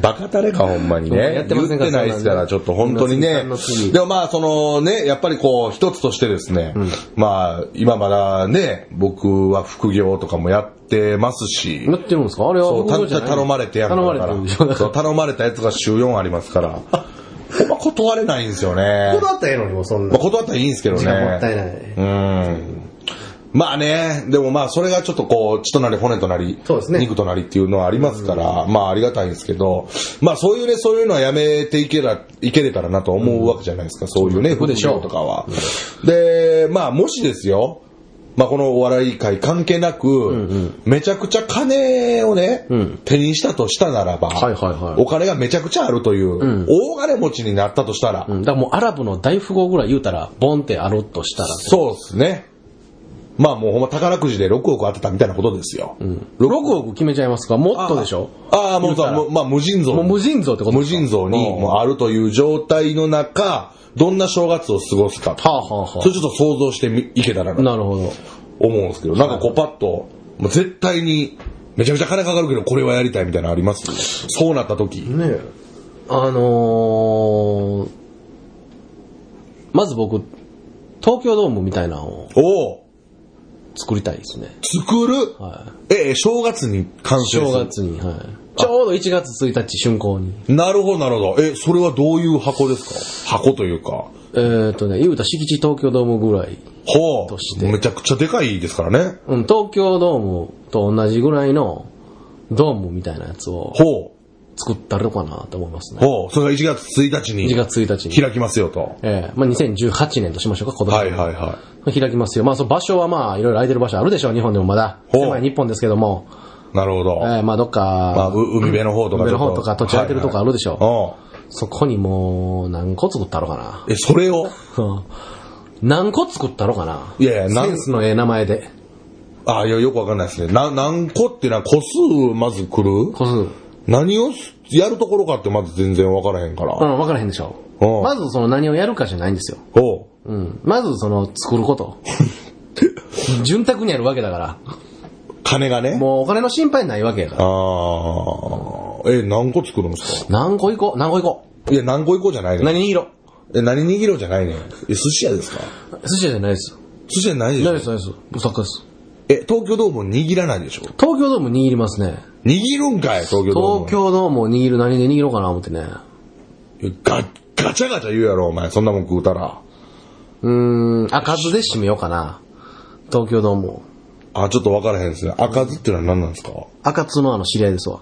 Speaker 1: バカタレか、ほんまにね。
Speaker 2: やってませんか
Speaker 1: 言ってないですから、ち
Speaker 2: そ
Speaker 1: ょ
Speaker 2: う
Speaker 1: っ
Speaker 2: なんで
Speaker 1: と本当にね
Speaker 2: 皆さんの次。
Speaker 1: でもまあ、そのね、やっぱりこう、一つとしてですね、まあ、今まだね、僕は副業とかもやってますし、
Speaker 2: やってるんですかあれは
Speaker 1: そう
Speaker 2: 放送じゃ
Speaker 1: た
Speaker 2: ない
Speaker 1: 頼まれてやんか
Speaker 2: 頼ま
Speaker 1: だから
Speaker 2: れてる。だか
Speaker 1: そう
Speaker 2: ら
Speaker 1: 頼まれたやつが週4あります から。ほんま断れないんですよね。
Speaker 2: ったらええのにも、そん
Speaker 1: まあ、。断ったらいいんですけどね。
Speaker 2: 時間もったいない
Speaker 1: うん。まあね、でもまあそれがちょっとこう、血となり骨となり、
Speaker 2: そうですね
Speaker 1: 肉となりっていうのはありますから、まあありがたいんですけど、まあそういうね、そういうのはやめていけら、いけれたらなと思うわけじゃないですか、そういうね、
Speaker 2: そう
Speaker 1: 副
Speaker 2: でしょ
Speaker 1: 業
Speaker 2: う
Speaker 1: とかは。で、まあもしですよ、まあこのお笑い界関係なく、めちゃくちゃ金をね、
Speaker 2: ん
Speaker 1: 手にしたとしたならば、
Speaker 2: はいはいはい
Speaker 1: お金がめちゃくちゃあるという、大金持ちになったとしたら、
Speaker 2: うん、だからもうアラブの大富豪ぐらい言うたら、ボンってあろうとしたら。
Speaker 1: そうですね。まあもうほんま宝くじで6億当てたみたいなことですよ。
Speaker 2: 6億決めちゃいますかもっとでしょ
Speaker 1: ああ、もう
Speaker 2: 言た
Speaker 1: さ、
Speaker 2: ら
Speaker 1: もうまあ無尽蔵。
Speaker 2: もう無尽蔵ってこと
Speaker 1: 無尽蔵に
Speaker 2: うん
Speaker 1: もうあるという状態の中、どんな正月を過ごすかと。
Speaker 2: はあはあ
Speaker 1: それ
Speaker 2: は
Speaker 1: ちょっと想像してみいけたら
Speaker 2: あ。
Speaker 1: なと
Speaker 2: なるほど。
Speaker 1: 思うんですけど、なんかこうパッと、もう絶対に、めちゃくちゃ金かかるけど、これはやりたいみたいなのありますそうなった時。
Speaker 2: ねえ。あのー、まず僕、東京ドームみたいなのを
Speaker 1: おお
Speaker 2: 作りたいですね。
Speaker 1: 作る、
Speaker 2: は
Speaker 1: ええ、正月に完成する
Speaker 2: 正月に、はい。ちょうど1月1日春行に。
Speaker 1: なるほど、なるほど。え、それはどういう箱ですか箱というか。
Speaker 2: えっ、ー、とね、言うたら敷地東京ドームぐらい。
Speaker 1: ほ
Speaker 2: とし
Speaker 1: う。
Speaker 2: て
Speaker 1: めちゃくちゃでかいですからね。
Speaker 2: うん、東京ドームと同じぐらいのドームみたいなやつを
Speaker 1: ほう。
Speaker 2: 作ったろかなと思いますね。
Speaker 1: ほう。それが1月1日に
Speaker 2: 1月1日に。
Speaker 1: 開きますよと。
Speaker 2: ええまあ2018年としましょうか、今年。
Speaker 1: はいはいは
Speaker 2: 開きますよ。まあその場所はまあいろいろ空いてる場所あるでしょう、日本でもまだ。
Speaker 1: ほう
Speaker 2: 狭い日本ですけども。
Speaker 1: い。なるほど。
Speaker 2: ええまあどっ
Speaker 1: まあ、
Speaker 2: か
Speaker 1: う、海辺の方とかちょっ
Speaker 2: 海辺の方とか土地空いてるとこあるでしょ
Speaker 1: はいはい
Speaker 2: そこにもう何個作ったろかな
Speaker 1: うん。え、それを、。
Speaker 2: うん 何個作ったろかない
Speaker 1: やいや何
Speaker 2: センスのええ名前で。
Speaker 1: あ、いや、よくわかんないですね。な、何個っていうのは個数まず来る
Speaker 2: 個数。
Speaker 1: 何をやるところかってまず全然わからへんから。
Speaker 2: う
Speaker 1: ほ
Speaker 2: ん、わからへんでしょ。
Speaker 1: うん
Speaker 2: まずその何をやるかじゃないんですよ。
Speaker 1: う。
Speaker 2: うん。まずその作ること。 潤沢にあるわけだから。
Speaker 1: 金がね。
Speaker 2: もうお金の心配ないわけやから。
Speaker 1: あー。え、何個作るんですか
Speaker 2: 何個行こう何個行こ
Speaker 1: いや、何個いこうじゃないうねん。
Speaker 2: 何色
Speaker 1: え、何握ろうじゃないねん。え、寿司屋ですか
Speaker 2: 寿司屋じゃないです。
Speaker 1: 寿司屋ないでし
Speaker 2: ない
Speaker 1: ょ
Speaker 2: です、ないです。お魚です。
Speaker 1: え、東京ドーム握らないでしょ
Speaker 2: 東京ドーム握りますね。
Speaker 1: 握るんかい、東京ドーム。
Speaker 2: 東京ドームを握る何で握ろうかな思ってね。
Speaker 1: ガガチャガチャ言うやろ、お前。そんなもん食うたら。
Speaker 2: うーん、開かずで締めようかな。東京ドームを。
Speaker 1: あ、ちょっと分からへんですね。赤ずってのは何なんですか
Speaker 2: 赤津のあの知り合いですわ。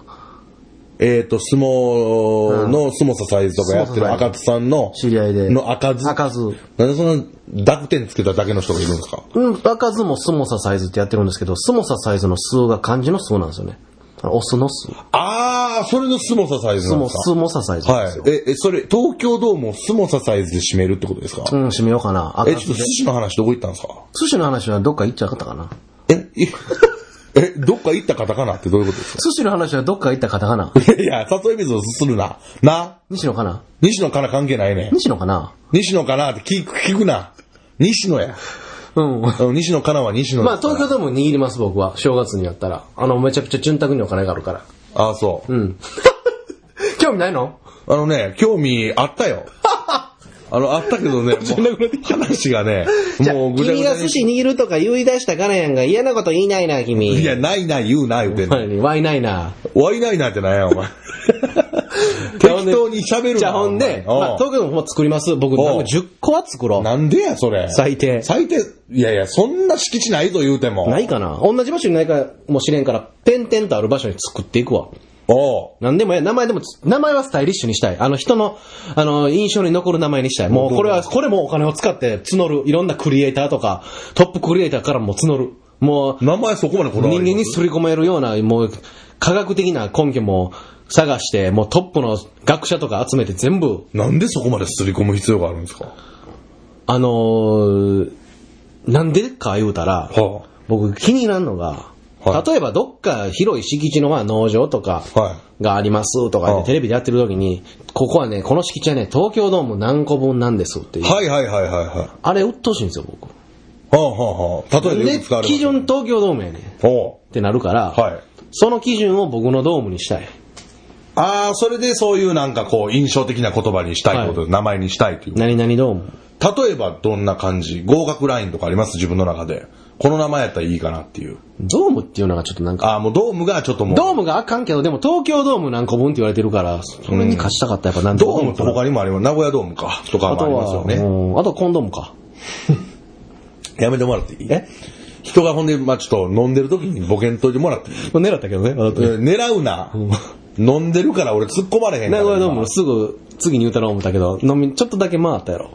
Speaker 1: えっ、と、相撲の相撲支えとかやってる
Speaker 2: 相撲支え
Speaker 1: 赤津さんの、
Speaker 2: 知り合いで。
Speaker 1: の赤ず。
Speaker 2: 赤津。
Speaker 1: なんでそんな濁点つけただけの人がいるんですか
Speaker 2: うん、赤津もスモササイズってやってるんですけど、スモササイズの数が漢字の数なんですよね。あのオスの数。
Speaker 1: あー、それの相撲支え
Speaker 2: ス
Speaker 1: なん
Speaker 2: モ、
Speaker 1: です
Speaker 2: ス
Speaker 1: か
Speaker 2: モササイズなん
Speaker 1: は
Speaker 2: ですよ。
Speaker 1: い。え、え、それ、東京ドームを相撲支えで締めるってことですか、
Speaker 2: うん、締めようかな。赤
Speaker 1: え、ちょっと
Speaker 2: 津
Speaker 1: 寿
Speaker 2: で。
Speaker 1: 司の話どこ行ったんですか
Speaker 2: 寿司の話はどっか行っちゃなかったかな。
Speaker 1: え、い え、どっか行ったカタカナってどういうことです
Speaker 2: 寿司の話はどっか行った方かな。
Speaker 1: か いや、誘い水をすするな。な。
Speaker 2: 西野かな
Speaker 1: 西野かな関係ないねん。
Speaker 2: 西野かな
Speaker 1: 西野かなって聞く、聞くな。西野や。
Speaker 2: うん。
Speaker 1: うん西野かなは西野
Speaker 2: まあ
Speaker 1: だから
Speaker 2: 東京ドーム握ります僕は、正月にやったら。あの、めちゃくちゃ潤沢にお金があるから。
Speaker 1: ああ、そう、
Speaker 2: うん。興味ないの
Speaker 1: あのね、興味あった よ。あの、あったけどね、もう話が ね、もうぐちゃぐちゃに。
Speaker 2: 握るとか言い出したからやんが嫌なこと言いないな、君
Speaker 1: いや、ないない言うな、言うてんの。
Speaker 2: わいないな。
Speaker 1: わいないなってなんや、お前。適当に喋るな
Speaker 2: じゃあほんで、
Speaker 1: お前
Speaker 2: まあ、東京のも作ります。僕、
Speaker 1: おう
Speaker 2: なんか10個は作ろう。
Speaker 1: なんでや、それ。
Speaker 2: 最低
Speaker 1: 最低。いやいや、そんな敷地ないぞ、言うても。
Speaker 2: ないかな同じ場所にないかもしれんから、点々とある場所に作っていくわ。
Speaker 1: おう
Speaker 2: なんでもええ。名前でもつ、名前はスタイリッシュにしたい。あの人の、あの、印象に残る名前にしたい。もうこれは、これもお金を使って募る。いろんなクリエイターとか、トップクリエイターからも募る。もう、
Speaker 1: 名前そこまでこだわ
Speaker 2: 人
Speaker 1: り
Speaker 2: 間にすり込めるような、もう、科学的な根拠も探して、もうトップの学者とか集めて全部、
Speaker 1: なんでそこまですり込む必要があるんですか
Speaker 2: あのーなんでか言うたら、
Speaker 1: は
Speaker 2: 僕気になるのが、
Speaker 1: はい
Speaker 2: 例えばどっか広い敷地のまあ農場とか
Speaker 1: は
Speaker 2: がありますとか
Speaker 1: は
Speaker 2: で
Speaker 1: い
Speaker 2: テレビでやってる時に、ここはね、この敷地はね、東京ドーム何個分なんですっていう。
Speaker 1: はいはいはいはいはい。は
Speaker 2: あれ、鬱陶しいんですよ、僕。
Speaker 1: あはあはあ。例えばよ
Speaker 2: で
Speaker 1: く使わ、れる。
Speaker 2: 基準東京ドームやねんっ
Speaker 1: おう
Speaker 2: てなるから、
Speaker 1: はい。
Speaker 2: その基準を僕のドームにしたい。
Speaker 1: ああ、それでそういうなんかこう、印象的な言葉にしたいってこと、名前にしたいという。
Speaker 2: 何々ドーム。
Speaker 1: 例えばどんな感じ合格ラインとかあります自分の中で。この名前やったらいいかなっていう。
Speaker 2: ドームっていうのがちょっとなんか、
Speaker 1: ああ、もうドームがちょっともう。
Speaker 2: ドームがあかんけど、でも東京ドーム何個分って言われてるから、それに勝ちたかったらやっぱなんとか
Speaker 1: ドームって他にもあります。名古屋ドームか。とか
Speaker 2: あ
Speaker 1: もあ
Speaker 2: と
Speaker 1: ります
Speaker 2: は、
Speaker 1: よね。
Speaker 2: うんあとはコンドームか。
Speaker 1: やめてもらっていい
Speaker 2: え
Speaker 1: 人がほんで、まあちょっと飲んでる時にボケんといてもらっていい
Speaker 2: 狙ったけどね。
Speaker 1: えー狙うな。飲んでるから俺突っ込まれへんか
Speaker 2: 名
Speaker 1: ら。
Speaker 2: 古屋ドームのすぐ次に歌ろう思ったけど、飲み、ちょっとだけ回ったやろ。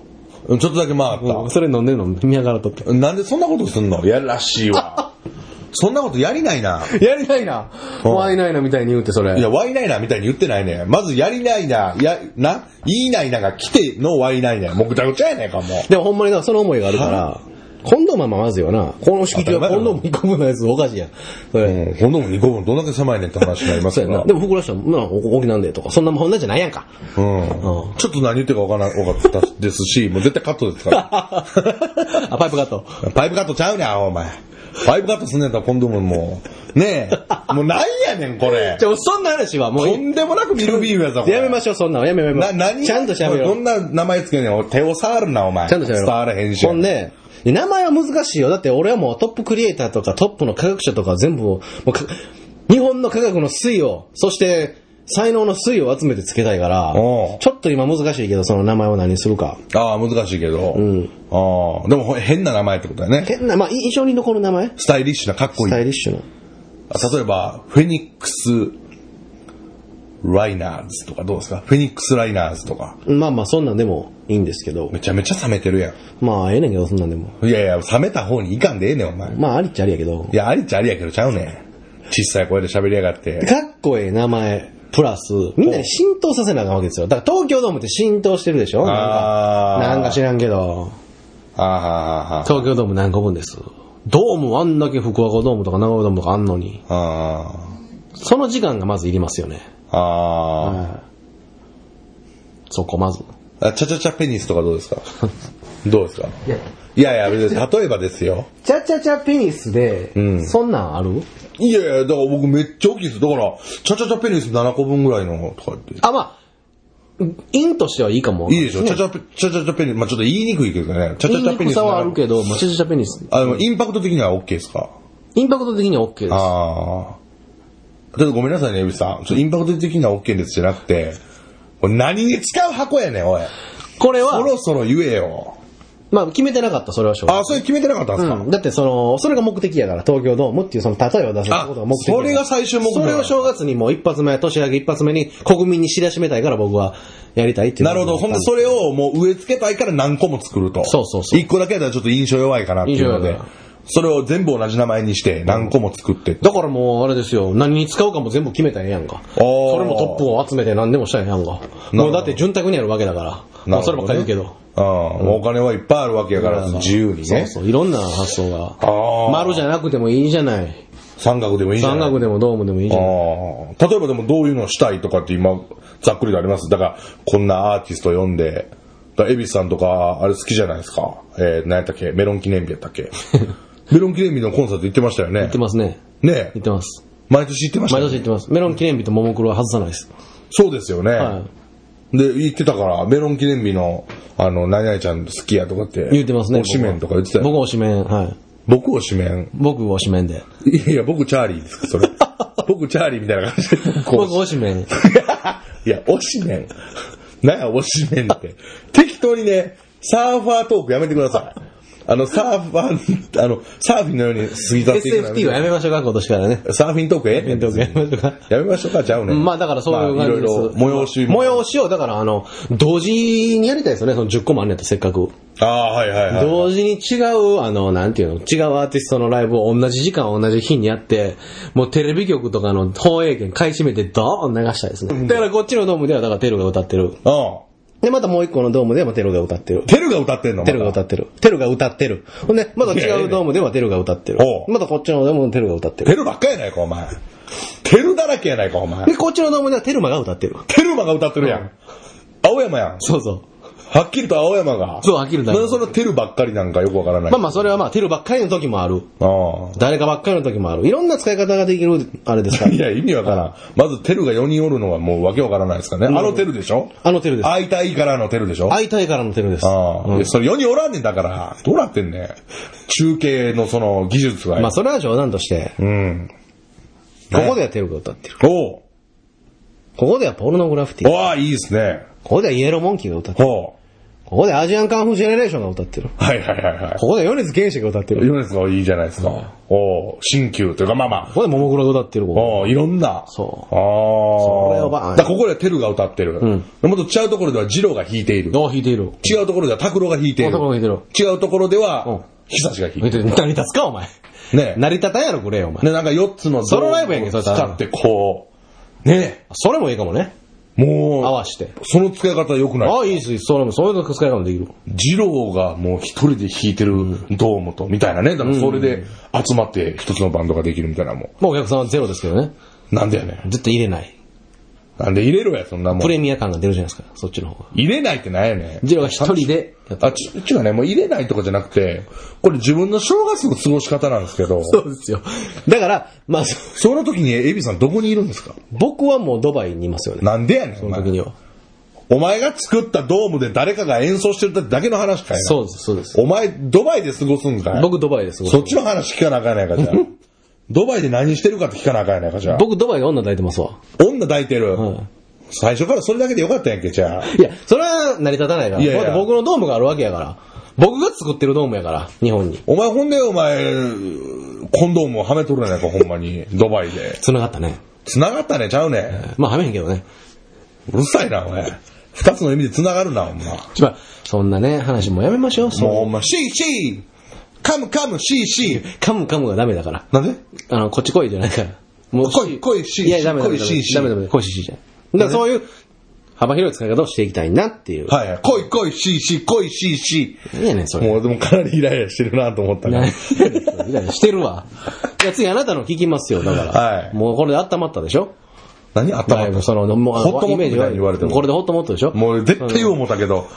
Speaker 1: うんちょっとだけ回っ
Speaker 2: それ飲んでんの見ながらとって。
Speaker 1: た。なんでそんなことすんのやらしいわ。 そんなことやりないな。
Speaker 2: やりないな。
Speaker 1: うん
Speaker 2: ワイないなみたいに言うて、それ。
Speaker 1: いや、ワイナイナーみたいに言ってないね。まず、やりないな、や、な、言いないなが来てのワイナイナー。もうぐちゃぐちゃやねんか、もう。
Speaker 2: でもほんまにな、その思いがあるから、コンドームはまずいよな。この敷地はコンドーム1個分のやつおかしいやん。それ。
Speaker 1: うん、ほんでも2個分どんだけ狭いねんって話になります
Speaker 2: そう
Speaker 1: か
Speaker 2: や な。
Speaker 1: ら。
Speaker 2: でも、ふくらしたら、まあ、お沖なんでとか、そんなもんなんじゃないやん か。
Speaker 1: うん。ちょっと何言ってるかわからなかったですし、もう絶対カットですから。
Speaker 2: あ、パイプカット。
Speaker 1: パイプカットちゃうねん、アホお前。パイプカットすんねんやったら今度ももう。ねえ。もうなんやねん、こ れ
Speaker 2: じ。ゃあ、そんな話はもうい
Speaker 1: と
Speaker 2: い、
Speaker 1: んでもなくミルビームやぞ、これ
Speaker 2: やめましょう、そんなの。やめやめや
Speaker 1: な、
Speaker 2: め。
Speaker 1: 何
Speaker 2: ちゃんとしゃべ
Speaker 1: こ
Speaker 2: ろ
Speaker 1: ん
Speaker 2: う。
Speaker 1: な名前つけんねん。俺手を触るな、お前。
Speaker 2: ちゃんとしゃべろう。
Speaker 1: 伝わらへんし。
Speaker 2: ほんで、で名前は難しいよ。だって俺はもうトップクリエイターとかトップの科学者とか全部を、もうか日本の科学の粋を、そして才能の粋を集めてつけたいから、ち
Speaker 1: お
Speaker 2: ょ
Speaker 1: う
Speaker 2: っと今難しいけど、その名前を何にするか。
Speaker 1: ああ、難しいけど。
Speaker 2: ん
Speaker 1: ああ、でもほ変な名前ってことだよね。
Speaker 2: 変な、まあ印象に残る名前
Speaker 1: スタイリッシュな、かっこいい。
Speaker 2: スタ
Speaker 1: 例
Speaker 2: イリッシュな。
Speaker 1: えば、フェニックス・ライナーズとかどうですかフェニックス・ライナーズとか。
Speaker 2: まあまあそんなんでもいいんですけど、
Speaker 1: めちゃめちゃ冷めてるや
Speaker 2: まあええねんけど、そんなんでも。
Speaker 1: ん。いやいや、冷めた方にいかんでええねん、お前。い
Speaker 2: まあありっちゃありやけど、
Speaker 1: や、ありっちゃありやけどちゃうねん。小さい声で喋りやがって。
Speaker 2: かっこええ名前、プラス、みんなに浸透させなあかんわけですよ。だから東京ドームって浸透してるでしょなん
Speaker 1: あ
Speaker 2: か
Speaker 1: ー
Speaker 2: なんか知らんけど。
Speaker 1: ああ、あー
Speaker 2: 東京ドーム何個分です。ドームあんだけ福岡ドームとか名古屋ドームとかあんのに、
Speaker 1: あ
Speaker 2: その時間がまずいりますよね。
Speaker 1: ー、あ
Speaker 2: そこまず。
Speaker 1: ー。あ、チャチャチャペニスとかどうです かどうですかいやいや、別に、例えばですよ。
Speaker 2: チャチャチャペニスで、
Speaker 1: ん
Speaker 2: そんなんある
Speaker 1: いやいや、だから僕めっちゃ大きいです。だから、チャチャチャペニス7個分ぐらいのとか言って。
Speaker 2: あ、まあ、因としてはいいかも。
Speaker 1: いいでしょ、チャチャペ、チャチャチャペニス。まあちょっと言いにくいけどね。チャチャチャペ
Speaker 2: 因
Speaker 1: ニス。
Speaker 2: さはあるけど、まあ、チャチャチャペニス。
Speaker 1: あの、インパクト的には OK ですか
Speaker 2: インパクト的には OK です。
Speaker 1: ああ。ちょっとごめんなさいね、エビさん。ちょっとインパクト的には OK ですじゃなくて、これ何に使う箱やねん、おい。
Speaker 2: これ
Speaker 1: そ
Speaker 2: は、
Speaker 1: ろそろ言えよ。
Speaker 2: まあ、決めてなかった、それは正直。
Speaker 1: ああ、それ決めてなかったんですか、
Speaker 2: うんだってその、それが目的やから、東京ドームっていうその、例えば出すことが目的やから
Speaker 1: あそれが最終目標
Speaker 2: それを正月にもう一発目、年明け一発目に国民に知らしめたいから僕はやりたいっていう。
Speaker 1: なるほど。ほんで、それをもう植え付けたいから何個も作ると。
Speaker 2: そうそうそう
Speaker 1: 一個だけだったらちょっと印象弱いかなっていうの
Speaker 2: 印象弱い
Speaker 1: で
Speaker 2: から。
Speaker 1: それを全部同じ名前にして何個も作ってって。
Speaker 2: だからもう、あれですよ、何に使うかも全部決めたらええやんか。
Speaker 1: あー
Speaker 2: それもトップを集めて何でもしたらええやんか。もうだって潤沢にあるわけだから。まあ、そればっかり言うけど。
Speaker 1: うん。もうお金はいっぱいあるわけやから、自由にね。
Speaker 2: そうそう、いろんな発想が。
Speaker 1: ああ。
Speaker 2: 丸じゃなくてもいいじゃない。
Speaker 1: 三角でもいいじゃな
Speaker 2: 三
Speaker 1: い
Speaker 2: 角でもドームでもいいじゃない。
Speaker 1: ああ。例えばでもどういうのしたいとかって今、ざっくりであります。だから、こんなアーティスト読んで、だからエビスさんとか、あれ好きじゃないですか。えー、何やったっけメロン記念日やったっ けメロン記念日のコンサート行ってましたよね
Speaker 2: 言って。ますね。
Speaker 1: ねえ
Speaker 2: 言ってます。
Speaker 1: 毎年行ってました
Speaker 2: 毎
Speaker 1: よ
Speaker 2: 年
Speaker 1: ね、
Speaker 2: 言ってます。メロン記念日とももクロは外さないです。
Speaker 1: そうですよね。
Speaker 2: は
Speaker 1: で、行ってたから、メロン記念日の、あの、何々ちゃん好きやとかって。
Speaker 2: 言ってますね。
Speaker 1: おしめんとか言ってたよ。
Speaker 2: 僕は推しメン、はい。
Speaker 1: 僕おしめん。
Speaker 2: 僕推しメンで。
Speaker 1: いやいや、僕チャーリーですか、それ。僕チャーリーみたいな感じで。こう
Speaker 2: 僕推しメン。
Speaker 1: いや、推しメン。なんや、推しメンって。適当にね、サーファートークやめてください。あの、サーファー、あの、サーフィンのように過ぎ去っていくのやめて
Speaker 2: SFT はやめましょうか、今年からね。
Speaker 1: サーフィントークええねん
Speaker 2: トークやめましょう か。
Speaker 1: やめましょうか、ちゃうねん
Speaker 2: まあだからそういう
Speaker 1: まあいろ
Speaker 2: 感じ
Speaker 1: い
Speaker 2: です。
Speaker 1: ろ催しも。
Speaker 2: 催しを、だからあの、同時にやりたいですよね、その10個もあんねやったらせっかく。
Speaker 1: ああ、はいはいはい。
Speaker 2: 同時に違う、あの、なんていうの、違うアーティストのライブを同じ時間、同じ日にやって、もうテレビ局とかの放映権買い占めてドーン流したいですね。だからこっちのドームでは、だからテルが歌って
Speaker 1: う
Speaker 2: る。で、またもう一個のドームでもテルが歌ってる
Speaker 1: ん。。テルが歌ってんの
Speaker 2: テルが歌
Speaker 1: っ
Speaker 2: ってる。テルが歌ってる。ほんで、また
Speaker 1: いやい
Speaker 2: 違
Speaker 1: や
Speaker 2: うドームではテルが歌ってる
Speaker 1: お。う
Speaker 2: またこっちのドームでもテルが歌って
Speaker 1: てテ
Speaker 2: る。
Speaker 1: ルばっかやないか、お前。テルだらけやないか、お前
Speaker 2: で、。こっちのドームではテルマが歌ってる。
Speaker 1: テルマが歌ってるやん。青山やん。
Speaker 2: そうそう。
Speaker 1: はっきりと青山が。
Speaker 2: そうはっきりと
Speaker 1: なんでそんなテルばっかりなんかよくわからない。
Speaker 2: まあまあ、それはまあ、テルばっかりの時もある。
Speaker 1: あ
Speaker 2: 誰かばっかりの時もある。いろんな使い方ができる、あれですか
Speaker 1: あ
Speaker 2: ら
Speaker 1: い。や、意味わからん。まず、テルが4人おるのはもうわけわからないですからね。あのテルでしょ
Speaker 2: あのテルです。
Speaker 1: 会いたいからのテルでしょ
Speaker 2: 会いたいからのテルです。
Speaker 1: ああ、
Speaker 2: うん
Speaker 1: いやそれ4人おらんねんだから、どうなってんねん。中継のその技術が。
Speaker 2: まあ、それは冗談として、
Speaker 1: うん。
Speaker 2: ここではテルが歌ってる。
Speaker 1: おう
Speaker 2: ここではポルノグラフィティ。
Speaker 1: おあいいですね。
Speaker 2: ここではイエローモンキーが歌ってる。
Speaker 1: ほ
Speaker 2: ここでアジアンカンフージェネレーションが歌ってる。
Speaker 1: う。はいはいはいはい。
Speaker 2: ここで米津玄師が歌ってる。
Speaker 1: いいですかいいじゃないですか。おう新旧というか、まあまあ
Speaker 2: こ。こでももクロが歌ってる。ここ
Speaker 1: おういろんな。
Speaker 2: そ
Speaker 1: ああ。
Speaker 2: れをバーン
Speaker 1: だからここではテルが歌ってる。でもっと違うところではジローが弾いている。
Speaker 2: どう弾いている
Speaker 1: 違うところでは拓郎が弾いてい
Speaker 2: どう
Speaker 1: る。
Speaker 2: 弾いてる
Speaker 1: 違うところで
Speaker 2: うん
Speaker 1: は、久しが弾
Speaker 2: 見
Speaker 1: いて
Speaker 2: て
Speaker 1: る。
Speaker 2: る 成り立つか、お前。
Speaker 1: ね
Speaker 2: 成り立たんやろ、これよ、お前。
Speaker 1: ね、なんか4つの
Speaker 2: ソロライブやんけそれ
Speaker 1: 使ってこう。ね
Speaker 2: それもいいかもね。
Speaker 1: もう。
Speaker 2: 合わして。
Speaker 1: その使い方良くない
Speaker 2: ああ、いいです、それも、そういう使い方もできる。
Speaker 1: 二郎がもう一人で弾いてるドームと、みたいなね。だからそれで集まって一つのバンドができるみたいなも
Speaker 2: もうお客さんはゼロですけどね。
Speaker 1: ん。なんだよね。
Speaker 2: 絶対入れない。
Speaker 1: なんで入れろや、そんなも
Speaker 2: プ
Speaker 1: ん。
Speaker 2: レミア感が出るじゃないですか、そっちの方が。
Speaker 1: 入れないってなんやねん。
Speaker 2: ジローが一人でやった。
Speaker 1: あ、ち、違うね、もう入れないとかじゃなくて、これ自分の正月の過ごし方なんですけど、
Speaker 2: そうですよ。だから、まあ、そう
Speaker 1: その時にエビさんどこにいるんですか
Speaker 2: 僕はもうドバイにいますよね。
Speaker 1: なんでやねん、お
Speaker 2: その時に
Speaker 1: 前。
Speaker 2: は。
Speaker 1: お前が作ったドームで誰かが演奏してるだけの話かいな。
Speaker 2: そうです、そうです。
Speaker 1: お前、ドバイで過ごすんかい
Speaker 2: 僕ドバイです。
Speaker 1: そっちの話聞かなあかんやないか、じゃあ。ドバイで何してるかって聞かなあかんやないか、じゃあ。
Speaker 2: 僕ドバイが女抱いてますわ。
Speaker 1: 女抱いてる、
Speaker 2: うん
Speaker 1: 最初からそれだけでよかったやんけ、じゃあ。
Speaker 2: いや、それは成り立たないから。
Speaker 1: いやいや
Speaker 2: だって僕のドームがあるわけやから。僕が作ってるドームやから、日本に。
Speaker 1: お前ほんで、お前、コンドームをはめとるやないか、ほんまに。ドバイで。
Speaker 2: 繋がったね。
Speaker 1: 繋がったね、ちゃうね。
Speaker 2: まあ、はめへんけどね。
Speaker 1: うるさいな、お前。二つの意味で繋がるな、ほんま。
Speaker 2: まあ、そんなね、話もやめましょう。
Speaker 1: もう
Speaker 2: そ
Speaker 1: ほんま、シーシーカムカムシーシー
Speaker 2: う。噛む噛むがダメだから。
Speaker 1: なんで
Speaker 2: あの、こっち来いじゃないから。もう
Speaker 1: 来い来いし
Speaker 2: いや、ダメだ、ダメ
Speaker 1: 来
Speaker 2: だ
Speaker 1: いし、
Speaker 2: ダメだ、ダメだ、来いし、しじゃん。だからそういう、幅広い使い方をしていきたいなっていう。
Speaker 1: はいはい。来い来いシーシー来いシーシ
Speaker 2: い。いやねん、そ
Speaker 1: ー
Speaker 2: れ。
Speaker 1: もうでもかなりイライラしてるなと思ったか
Speaker 2: な
Speaker 1: ら
Speaker 2: い。みたいなしてるわ。いや、次あなたの聞きますよ、だから。
Speaker 1: はい
Speaker 2: もうこれで温まったでしょ
Speaker 1: 何あった
Speaker 2: だ
Speaker 1: か
Speaker 2: い
Speaker 1: った
Speaker 2: ぶその、もう、
Speaker 1: ホットモット
Speaker 2: イメージは
Speaker 1: みたいに言われても
Speaker 2: これでホットモットでしょ
Speaker 1: もう絶対言おう思ったけど、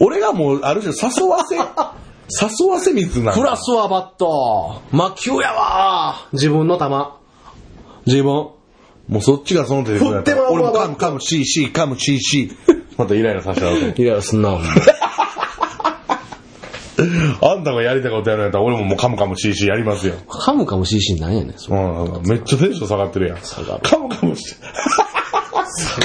Speaker 1: 俺がもう、ある種誘 わせ、誘わせ水なの
Speaker 2: プラスはバット魔球やわ自分の球。自分。
Speaker 1: もうそっちがその手で
Speaker 2: 振っても
Speaker 1: 俺も
Speaker 2: まあ
Speaker 1: カムカムシーシーカムシーシー。 またイライラさせた
Speaker 2: いや、そ んなもん。
Speaker 1: あんたがやりたいことやらないと俺ももうカムカムシーシーやりますよ。
Speaker 2: 噛むかもしいし、なんやねん、それ
Speaker 1: うん、めっちゃテンション下がってるやん。
Speaker 2: がる
Speaker 1: カムカムシー。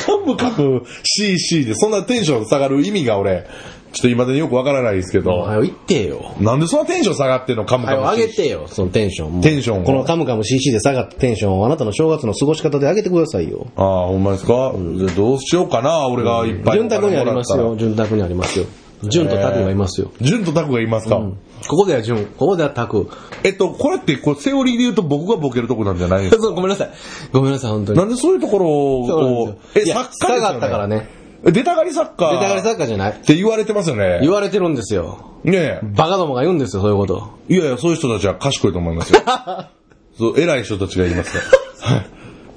Speaker 1: カムカムシーシーでそんなテンション下がる意味が俺、ちょっと今までによくわからないですけ
Speaker 2: おは
Speaker 1: ど、
Speaker 2: よ、行ってよ。
Speaker 1: なんでそんなテンション下がってんのカム
Speaker 2: は
Speaker 1: カム
Speaker 2: よ、
Speaker 1: シー
Speaker 2: 上
Speaker 1: シー
Speaker 2: げてよ、そのテンションも
Speaker 1: テンションを
Speaker 2: このカムカム CC で下がったテンションをあなたの正月の過ごし方で上げてくださいよ。
Speaker 1: ああ、ほんまですか、じゃあどうしようかな、俺がいっぱい。
Speaker 2: 潤沢にありますよ、。潤沢にありますよ。潤と拓がいますよ。
Speaker 1: 潤とタクがいますか、
Speaker 2: ここでは潤、ここでは拓。
Speaker 1: えっと、これって、こう、セオリーで言うと僕がボケるとこなんじゃないんですか
Speaker 2: そう、ごめんなさい。ごめんなさい、本当に。
Speaker 1: なんでそういうところ
Speaker 2: そうなん
Speaker 1: を、こ
Speaker 2: です
Speaker 1: う
Speaker 2: よいや
Speaker 1: ですよ
Speaker 2: 下がったからね。
Speaker 1: え出たがりサッカー。
Speaker 2: 出たがりサッカーじゃない
Speaker 1: って言われてますよね。
Speaker 2: 言われてるんですよ。
Speaker 1: ね
Speaker 2: バカどもが言うんですよ、そういうこと。
Speaker 1: え。いやいや、そういう人たちは賢いと思い ますよ。そう、偉い人たちが言いますよ。は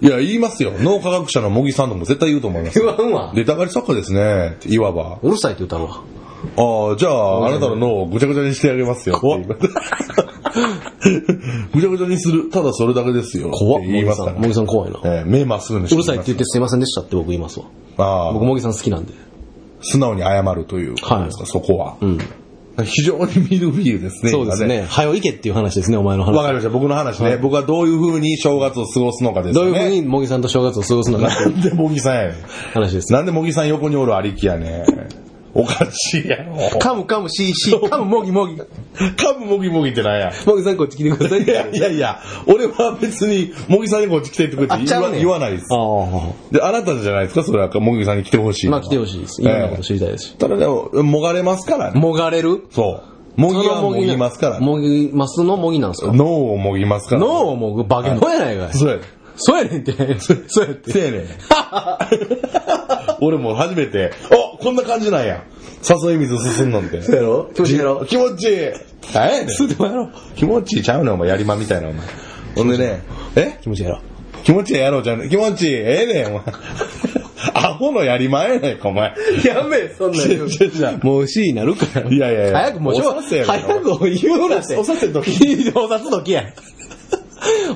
Speaker 1: い。いや、言いますよ。脳科学者の茂木さんとも絶対言うと思いますよ。
Speaker 2: んわ。
Speaker 1: 出たがりサッカーですね。いわば。
Speaker 2: うるさいって言ったのわ。
Speaker 1: ああ、じゃあ、あなたの脳をぐちゃぐちゃにしてあげますよ。
Speaker 2: 怖っ
Speaker 1: って言いますぐちゃぐちゃにする。ただそれだけですよ。
Speaker 2: 怖っ。
Speaker 1: って言い
Speaker 2: 茂
Speaker 1: ま
Speaker 2: 木
Speaker 1: す
Speaker 2: さ
Speaker 1: から
Speaker 2: ん、茂木さん怖いな。う
Speaker 1: えー目まっすぐにして
Speaker 2: るさいって言ってすいませんでしたって僕言いますわ。
Speaker 1: ああ
Speaker 2: 僕、茂木さん好きなんで。
Speaker 1: 素直に謝るという、
Speaker 2: はい
Speaker 1: そこは。
Speaker 2: うん。
Speaker 1: 非常にミルフィーユですね。
Speaker 2: そうですね。早よ行けっていう話ですね、お前の
Speaker 1: 今ね。わか
Speaker 2: 話。
Speaker 1: りました。僕の話ね。
Speaker 2: はい
Speaker 1: 僕はどういう風に正月を過ごすのかです
Speaker 2: ど
Speaker 1: よ
Speaker 2: う
Speaker 1: ね。
Speaker 2: いうふうに、茂木さんと正月を過ごすのかってい
Speaker 1: な
Speaker 2: うん
Speaker 1: で茂木さんやねん。
Speaker 2: 話 ですね。
Speaker 1: なんで茂木さん横におるありきやねん。おかしいやろ。
Speaker 2: 噛む噛むしーしー、噛むもぎもぎ。
Speaker 1: かむもぎもぎってなんや。
Speaker 2: もぎさんこっち来てくださいっ
Speaker 1: い
Speaker 2: て。
Speaker 1: やいやいや、俺は別に、茂木さんにこっち来てってくれっ
Speaker 2: あ
Speaker 1: て言わ言わないです
Speaker 2: あ。あ。
Speaker 1: で、あなたじゃないですか、それは、茂木さんに来てほしい。
Speaker 2: まあ来てほしいです。いろんなこと知りたいですし。
Speaker 1: ただでも、もがれますからね。
Speaker 2: もがれる
Speaker 1: そう。もぎはもぎますから。
Speaker 2: もぎますのもぎなんですか
Speaker 1: 脳をもぎますから。
Speaker 2: 脳をもぐバケモンやないかい。
Speaker 1: そうや。
Speaker 2: そうやねんって。そうやって。
Speaker 1: せや ねん。俺も初めて、あこんな感じなんや。誘い水進んのって。
Speaker 2: そうやろ 気持ちいいやろ
Speaker 1: 気持ちいい。何やねん
Speaker 2: 吸ってもやろう。
Speaker 1: 気持ちいいちゃうねん、お前。やりまみたいな、お前。ほんでね、え
Speaker 2: 気持ちいいやろ
Speaker 1: 気持ちいいやろうじゃん。気持ちいい。ええねん、お前。 アホのやりまんやないか、お前。
Speaker 2: やめそんな
Speaker 1: 違う違う違う
Speaker 2: もう C になるから。
Speaker 1: いやいやいや
Speaker 2: 早くもう、
Speaker 1: お札やから
Speaker 2: 早く言うなって。
Speaker 1: お札の
Speaker 2: 時。お札時や。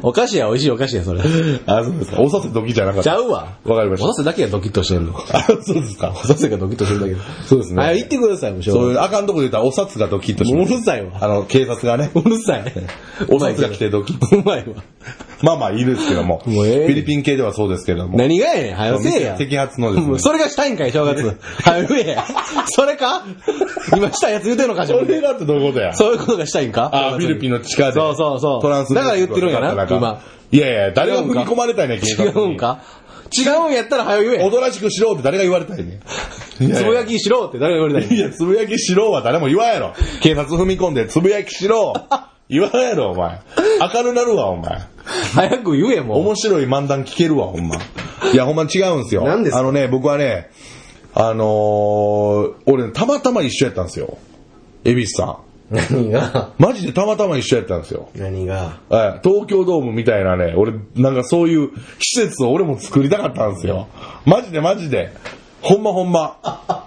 Speaker 2: お菓子や、美味しいお菓子や、それ。ち
Speaker 1: あ、そうですか。おさせ時じゃなかった。
Speaker 2: ゃうわ。
Speaker 1: わかりました
Speaker 2: お札だけがドキッとしてんの。
Speaker 1: あ、そうですか。
Speaker 2: お札がドキッとしてるだけど。
Speaker 1: そうですね
Speaker 2: あ、言ってください、もうしょ
Speaker 1: そう
Speaker 2: う
Speaker 1: いう、あかんとこで言ったら、お札がドキッとし
Speaker 2: う
Speaker 1: ます
Speaker 2: るさいわ。
Speaker 1: あの、警察が ね、
Speaker 2: うるさい。
Speaker 1: お札が来てドキッと。
Speaker 2: うまいわ。
Speaker 1: まあまあ、いるんですけども。フ
Speaker 2: もうええ
Speaker 1: ィリピン系ではそうですけども。
Speaker 2: 何がやねん、早せえや。
Speaker 1: 摘発のですね
Speaker 2: もうそれがしたいんかい、正月。早くえや。それか今したいやつ言うてんのかしら
Speaker 1: そ。れだってどういうことや。
Speaker 2: そういうことがしたいんか
Speaker 1: あ、フィリピンの地下で。
Speaker 2: そうそうそう
Speaker 1: トランス。
Speaker 2: だから言ってるんやな今。
Speaker 1: いやいや、誰が振り込まれたいねん、警
Speaker 2: 違
Speaker 1: 察に
Speaker 2: うんか違うんやったら早言
Speaker 1: お
Speaker 2: え。
Speaker 1: となしくしろって誰が言われたいねん。いや
Speaker 2: つ
Speaker 1: い
Speaker 2: ぶ
Speaker 1: や
Speaker 2: やきしろって誰が言われた
Speaker 1: いや、つぶやきしろは誰も言わんやろ。警察踏み込んで、つぶやきしろ。言わんやろ、お前。明るなるわ、お前。
Speaker 2: 早く言えも
Speaker 1: 面白い漫談聞けるわ、ほんま。いや、ほんま違うんですよ。
Speaker 2: 何ですか
Speaker 1: あのね、僕はね、あのー、俺、たまたま一緒やったんですよ。恵比寿さん。
Speaker 2: う。何が
Speaker 1: マジでたまたま一緒やったんですよ。
Speaker 2: 何が
Speaker 1: はい東京ドームみたいなね、俺、なんかそういう施設を俺も作りたかったんですよ。マジでマジで。ほんまほんま。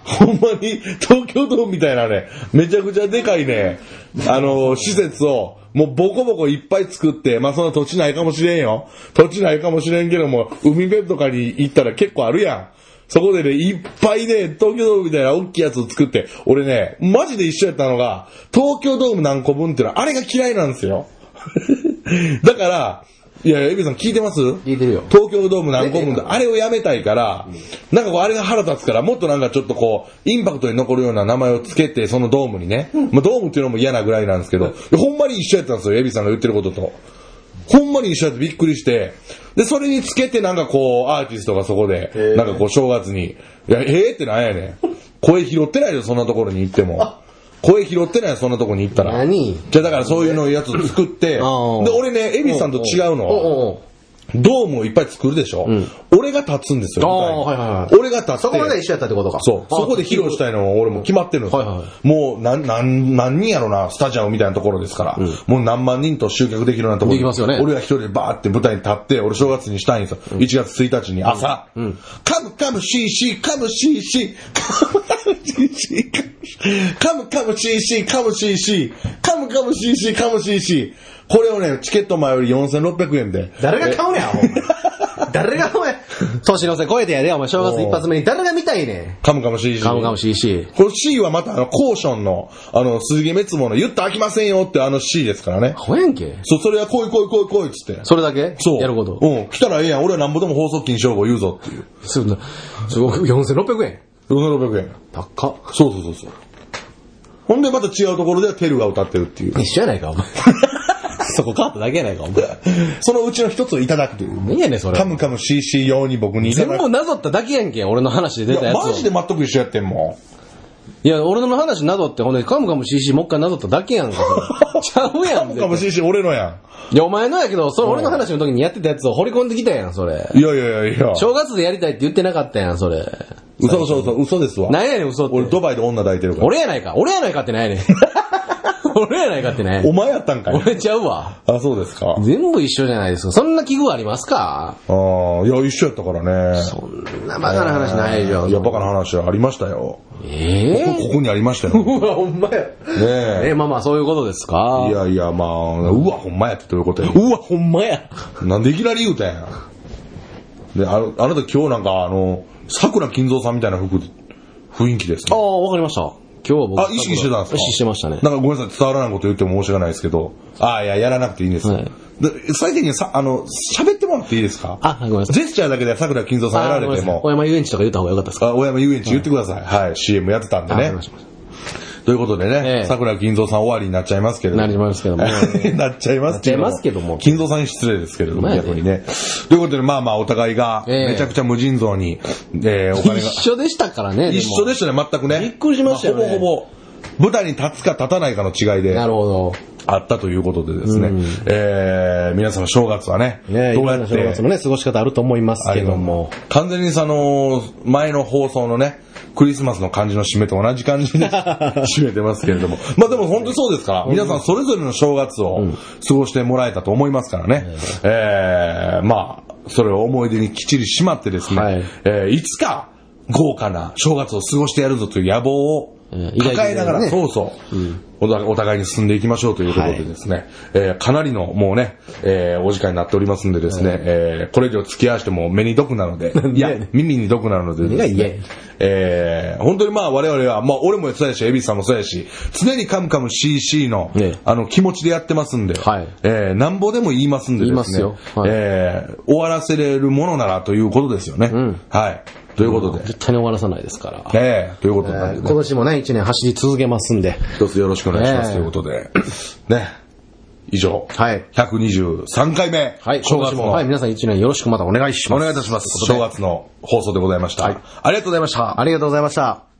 Speaker 1: ほんまに東京ドームみたいなね、めちゃくちゃでかいね、あの、施設を、もうボコボコいっぱい作って、まあそんな土地ないかもしれんよ。土地ないかもしれんけども、海辺とかに行ったら結構あるやん。そこでね、いっぱいね、東京ドームみたいな大きいやつを作って、俺ね、マジで一緒やったのが、東京ドーム何個分っていうのは、あれが嫌いなんですよ。 だから、いやいや、エビさん聞いてます
Speaker 2: 聞いてるよ
Speaker 1: 東京ドーム何個分だ。あれをやめたいから、なんかこう、あれが腹立つから、もっとなんかちょっとこう、インパクトに残るような名前をつけて、そのドームにね。まあ、ドームっていうのも嫌なぐらいなんですけど、ほんまに一緒やったんですよ、エビさんが言ってることと。ほんまに一緒やってびっくりして、で、それにつけてなんかこう、アーティストがそこで、なんかこう、正月に、いや、ええってなんやねん。声拾ってないよ、そんなところに行っても。声拾ってないよ、そんなところに行ったら。
Speaker 2: 何
Speaker 1: じゃあだからそういうのやつ作って、で、
Speaker 2: うん
Speaker 1: 俺ね、エビさんと違うのは、
Speaker 2: おうおう
Speaker 1: ドームをいっぱい作るでしょ俺が立つんですよ。
Speaker 2: あ
Speaker 1: 舞
Speaker 2: あ
Speaker 1: 台に
Speaker 2: はいはいはい
Speaker 1: 俺が立って。
Speaker 2: そこまで一緒やったってことか。
Speaker 1: そう。
Speaker 2: あ
Speaker 1: そこで披露したいのは俺も決まってるんですよ。
Speaker 2: はいはい
Speaker 1: もう、なん、なん、何人やろな、スタジアムみたいなところですから、もう何万人と集客できるようなところ。
Speaker 2: できますよね
Speaker 1: 俺が一人でバーって舞台に立って、俺正月にしたいんですよ。1月1日に朝。カムカムシーシー、カムシーシー、カムカムシーシー、カムカムシーシー、カムシーシー、カムカムシーシー、カムシーシー。これをね、チケット前より4600円で。
Speaker 2: 誰が買うねん、お前。誰がお前、年の瀬超えてやで、お前正月一発目に誰が見たいね
Speaker 1: カムカムシーシ
Speaker 2: ん。
Speaker 1: ー。
Speaker 2: 買うかもしいし。
Speaker 1: この C はまたあの、コーションの、あの、鈴木滅亡の言って飽きませんよってあの C ですからね。
Speaker 2: ほやんけ。
Speaker 1: そう、それは来い来い来い来いっつって。
Speaker 2: それだけ
Speaker 1: そう。
Speaker 2: やること。
Speaker 1: うん。来たらええやん。俺はなんぼでも放送禁止用語言うぞっていう。
Speaker 2: すごい、すごい4600円。
Speaker 1: 4600円。
Speaker 2: 高っ。
Speaker 1: そうそうそうそう。ほんでまた違うところではテルが歌ってるっていう。
Speaker 2: 一緒やないか、お前。そこ変わっただけやないか、お前。
Speaker 1: そのうちの一つをいただくという。
Speaker 2: 何やねん、それ
Speaker 1: カ。ムカム CC 用に僕にいた
Speaker 2: 全
Speaker 1: だ
Speaker 2: 部
Speaker 1: く。
Speaker 2: なぞっただけやんけ、俺の話で出
Speaker 1: い
Speaker 2: た
Speaker 1: や、
Speaker 2: やつを。
Speaker 1: マジで全く一緒やってんも。
Speaker 2: いや、俺の話なぞって、ほんで、カムカム CC もう一回なぞっただけやんか、それちゃうんや
Speaker 1: カ
Speaker 2: ん、
Speaker 1: ムカム
Speaker 2: 絶
Speaker 1: CC 俺のや
Speaker 2: 対いや、お前のやけど、それ俺の話の時にやってたやつを掘り込んできたやん、それ。
Speaker 1: ん。いやいやいやいや。
Speaker 2: 正月でやりたいって言ってなかったやん、それ。
Speaker 1: 嘘嘘嘘嘘ですわ。
Speaker 2: 何やねん、嘘って。
Speaker 1: 俺ドバイで女抱いてるから。
Speaker 2: 俺やないか、俺やないかってないねん。 俺やないかってない
Speaker 1: お。前やったんかい。
Speaker 2: 俺ちゃうわ。
Speaker 1: あ、そうですか。
Speaker 2: 全部一緒じゃないですか。そんな器具ありますか
Speaker 1: ああ、いや、一緒やったからね。
Speaker 2: そんなバカな話ないじゃん。
Speaker 1: いや、バカな話ありましたよ。
Speaker 2: え え
Speaker 1: ここにありましたよ。ね
Speaker 2: うわ、ほんまや。
Speaker 1: え。
Speaker 2: え、まあまあ、そういうことですか
Speaker 1: い。やいや、まあ、うわ、ほんまやってどういうことや。
Speaker 2: うわ、ほんまや。
Speaker 1: なんでいきなり言うたんや。で、あのあなた今日なんか、あの、桜金蔵さんみたいな服、雰囲気です
Speaker 2: あ
Speaker 1: ね。
Speaker 2: あ、わかりました。今日は僕
Speaker 1: あ意識してたんですか
Speaker 2: 意識してましたね。
Speaker 1: なんかごめんなさい、伝わらないこと言っても申し訳ないですけど。ああ、いや、やらなくていいんですよ。
Speaker 2: はい
Speaker 1: で最低限さ、あの、喋ってもらっていいですか
Speaker 2: あ、ごめんなさい。
Speaker 1: ジェスチャーだけで桜金蔵さんやられて
Speaker 2: 小
Speaker 1: も、
Speaker 2: 山遊園地とか言った方がよかったですか
Speaker 1: あ大山遊園地言ってください。はい、CM やってたんで
Speaker 2: あわか
Speaker 1: ね
Speaker 2: りま。した
Speaker 1: ということでね、
Speaker 2: ええ
Speaker 1: 桜金蔵さん終わりになっちゃいますけれども
Speaker 2: なりますけども
Speaker 1: なっちゃいます
Speaker 2: なっちゃいますけども
Speaker 1: 金蔵さんに失礼ですけれども、
Speaker 2: まあね
Speaker 1: 逆にね。ということで、まあまあ、お互いが、
Speaker 2: ええ
Speaker 1: めちゃくちゃ無尽蔵に、えーお金が。
Speaker 2: 一緒でしたからね。
Speaker 1: 一緒でしたね、全くね。
Speaker 2: びっくりしましたよね
Speaker 1: あほぼほぼ、舞台に立つか立たないかの違いで
Speaker 2: も。なるほど。
Speaker 1: あったということでですね、えー皆様正月はね、
Speaker 2: ね
Speaker 1: ど
Speaker 2: いうろん
Speaker 1: や
Speaker 2: な
Speaker 1: っ
Speaker 2: 正
Speaker 1: て
Speaker 2: 月のね、過ごし方あると思いますけども。
Speaker 1: 完全にその、前の放送のね、クリスマスの感じの締めと同じ感 じで締めてますけれども。まあでも本当にそうですから、皆さんそれぞれの正月を過ごしてもらえたと思いますからね。えーまあ、それを思い出にきっちりしまってですね、
Speaker 2: はい
Speaker 1: えーいつか豪華な正月を過ごしてやるぞという野望を
Speaker 2: うん
Speaker 1: 抱えながら、
Speaker 2: 意外とね
Speaker 1: そうそう、お互いお互いに進んでいきましょうということでですね、えーかなりのもうね、えーお時間になっておりますんでですね、えーこれ以上付き合わせても目に毒なの で、いや、耳に毒なのでです
Speaker 2: いやい
Speaker 1: ね
Speaker 2: や、
Speaker 1: えー本当にまあ我々は、まあ俺もそうやし、エビスさんもそうやし、常にカムカム CC の、
Speaker 2: ね
Speaker 1: あの気持ちでやってますんで、
Speaker 2: はい
Speaker 1: えーなんぼでも言いますんで
Speaker 2: 言い
Speaker 1: で
Speaker 2: ますす
Speaker 1: ね
Speaker 2: よ、はい
Speaker 1: えー終わらせれるものならということですよね。
Speaker 2: ん
Speaker 1: はい。ということで、
Speaker 2: 絶対に終わらさないですから。
Speaker 1: えーということに
Speaker 2: え
Speaker 1: なって
Speaker 2: ー
Speaker 1: ね
Speaker 2: 今年もね、一年走り続けますんで。
Speaker 1: 一つよろしくお願いします、
Speaker 2: ええ
Speaker 1: ということで。ね。以上。
Speaker 2: はい
Speaker 1: 123回目。
Speaker 2: はい、
Speaker 1: 正
Speaker 2: 今
Speaker 1: 月
Speaker 2: 年も。
Speaker 1: の。
Speaker 2: はい、皆さん一年よろしくまたお願いし
Speaker 1: お
Speaker 2: ます。
Speaker 1: 願いいたします。正月の放送でございました。
Speaker 2: はい
Speaker 1: ありがとうございました。
Speaker 2: ありがとうございました。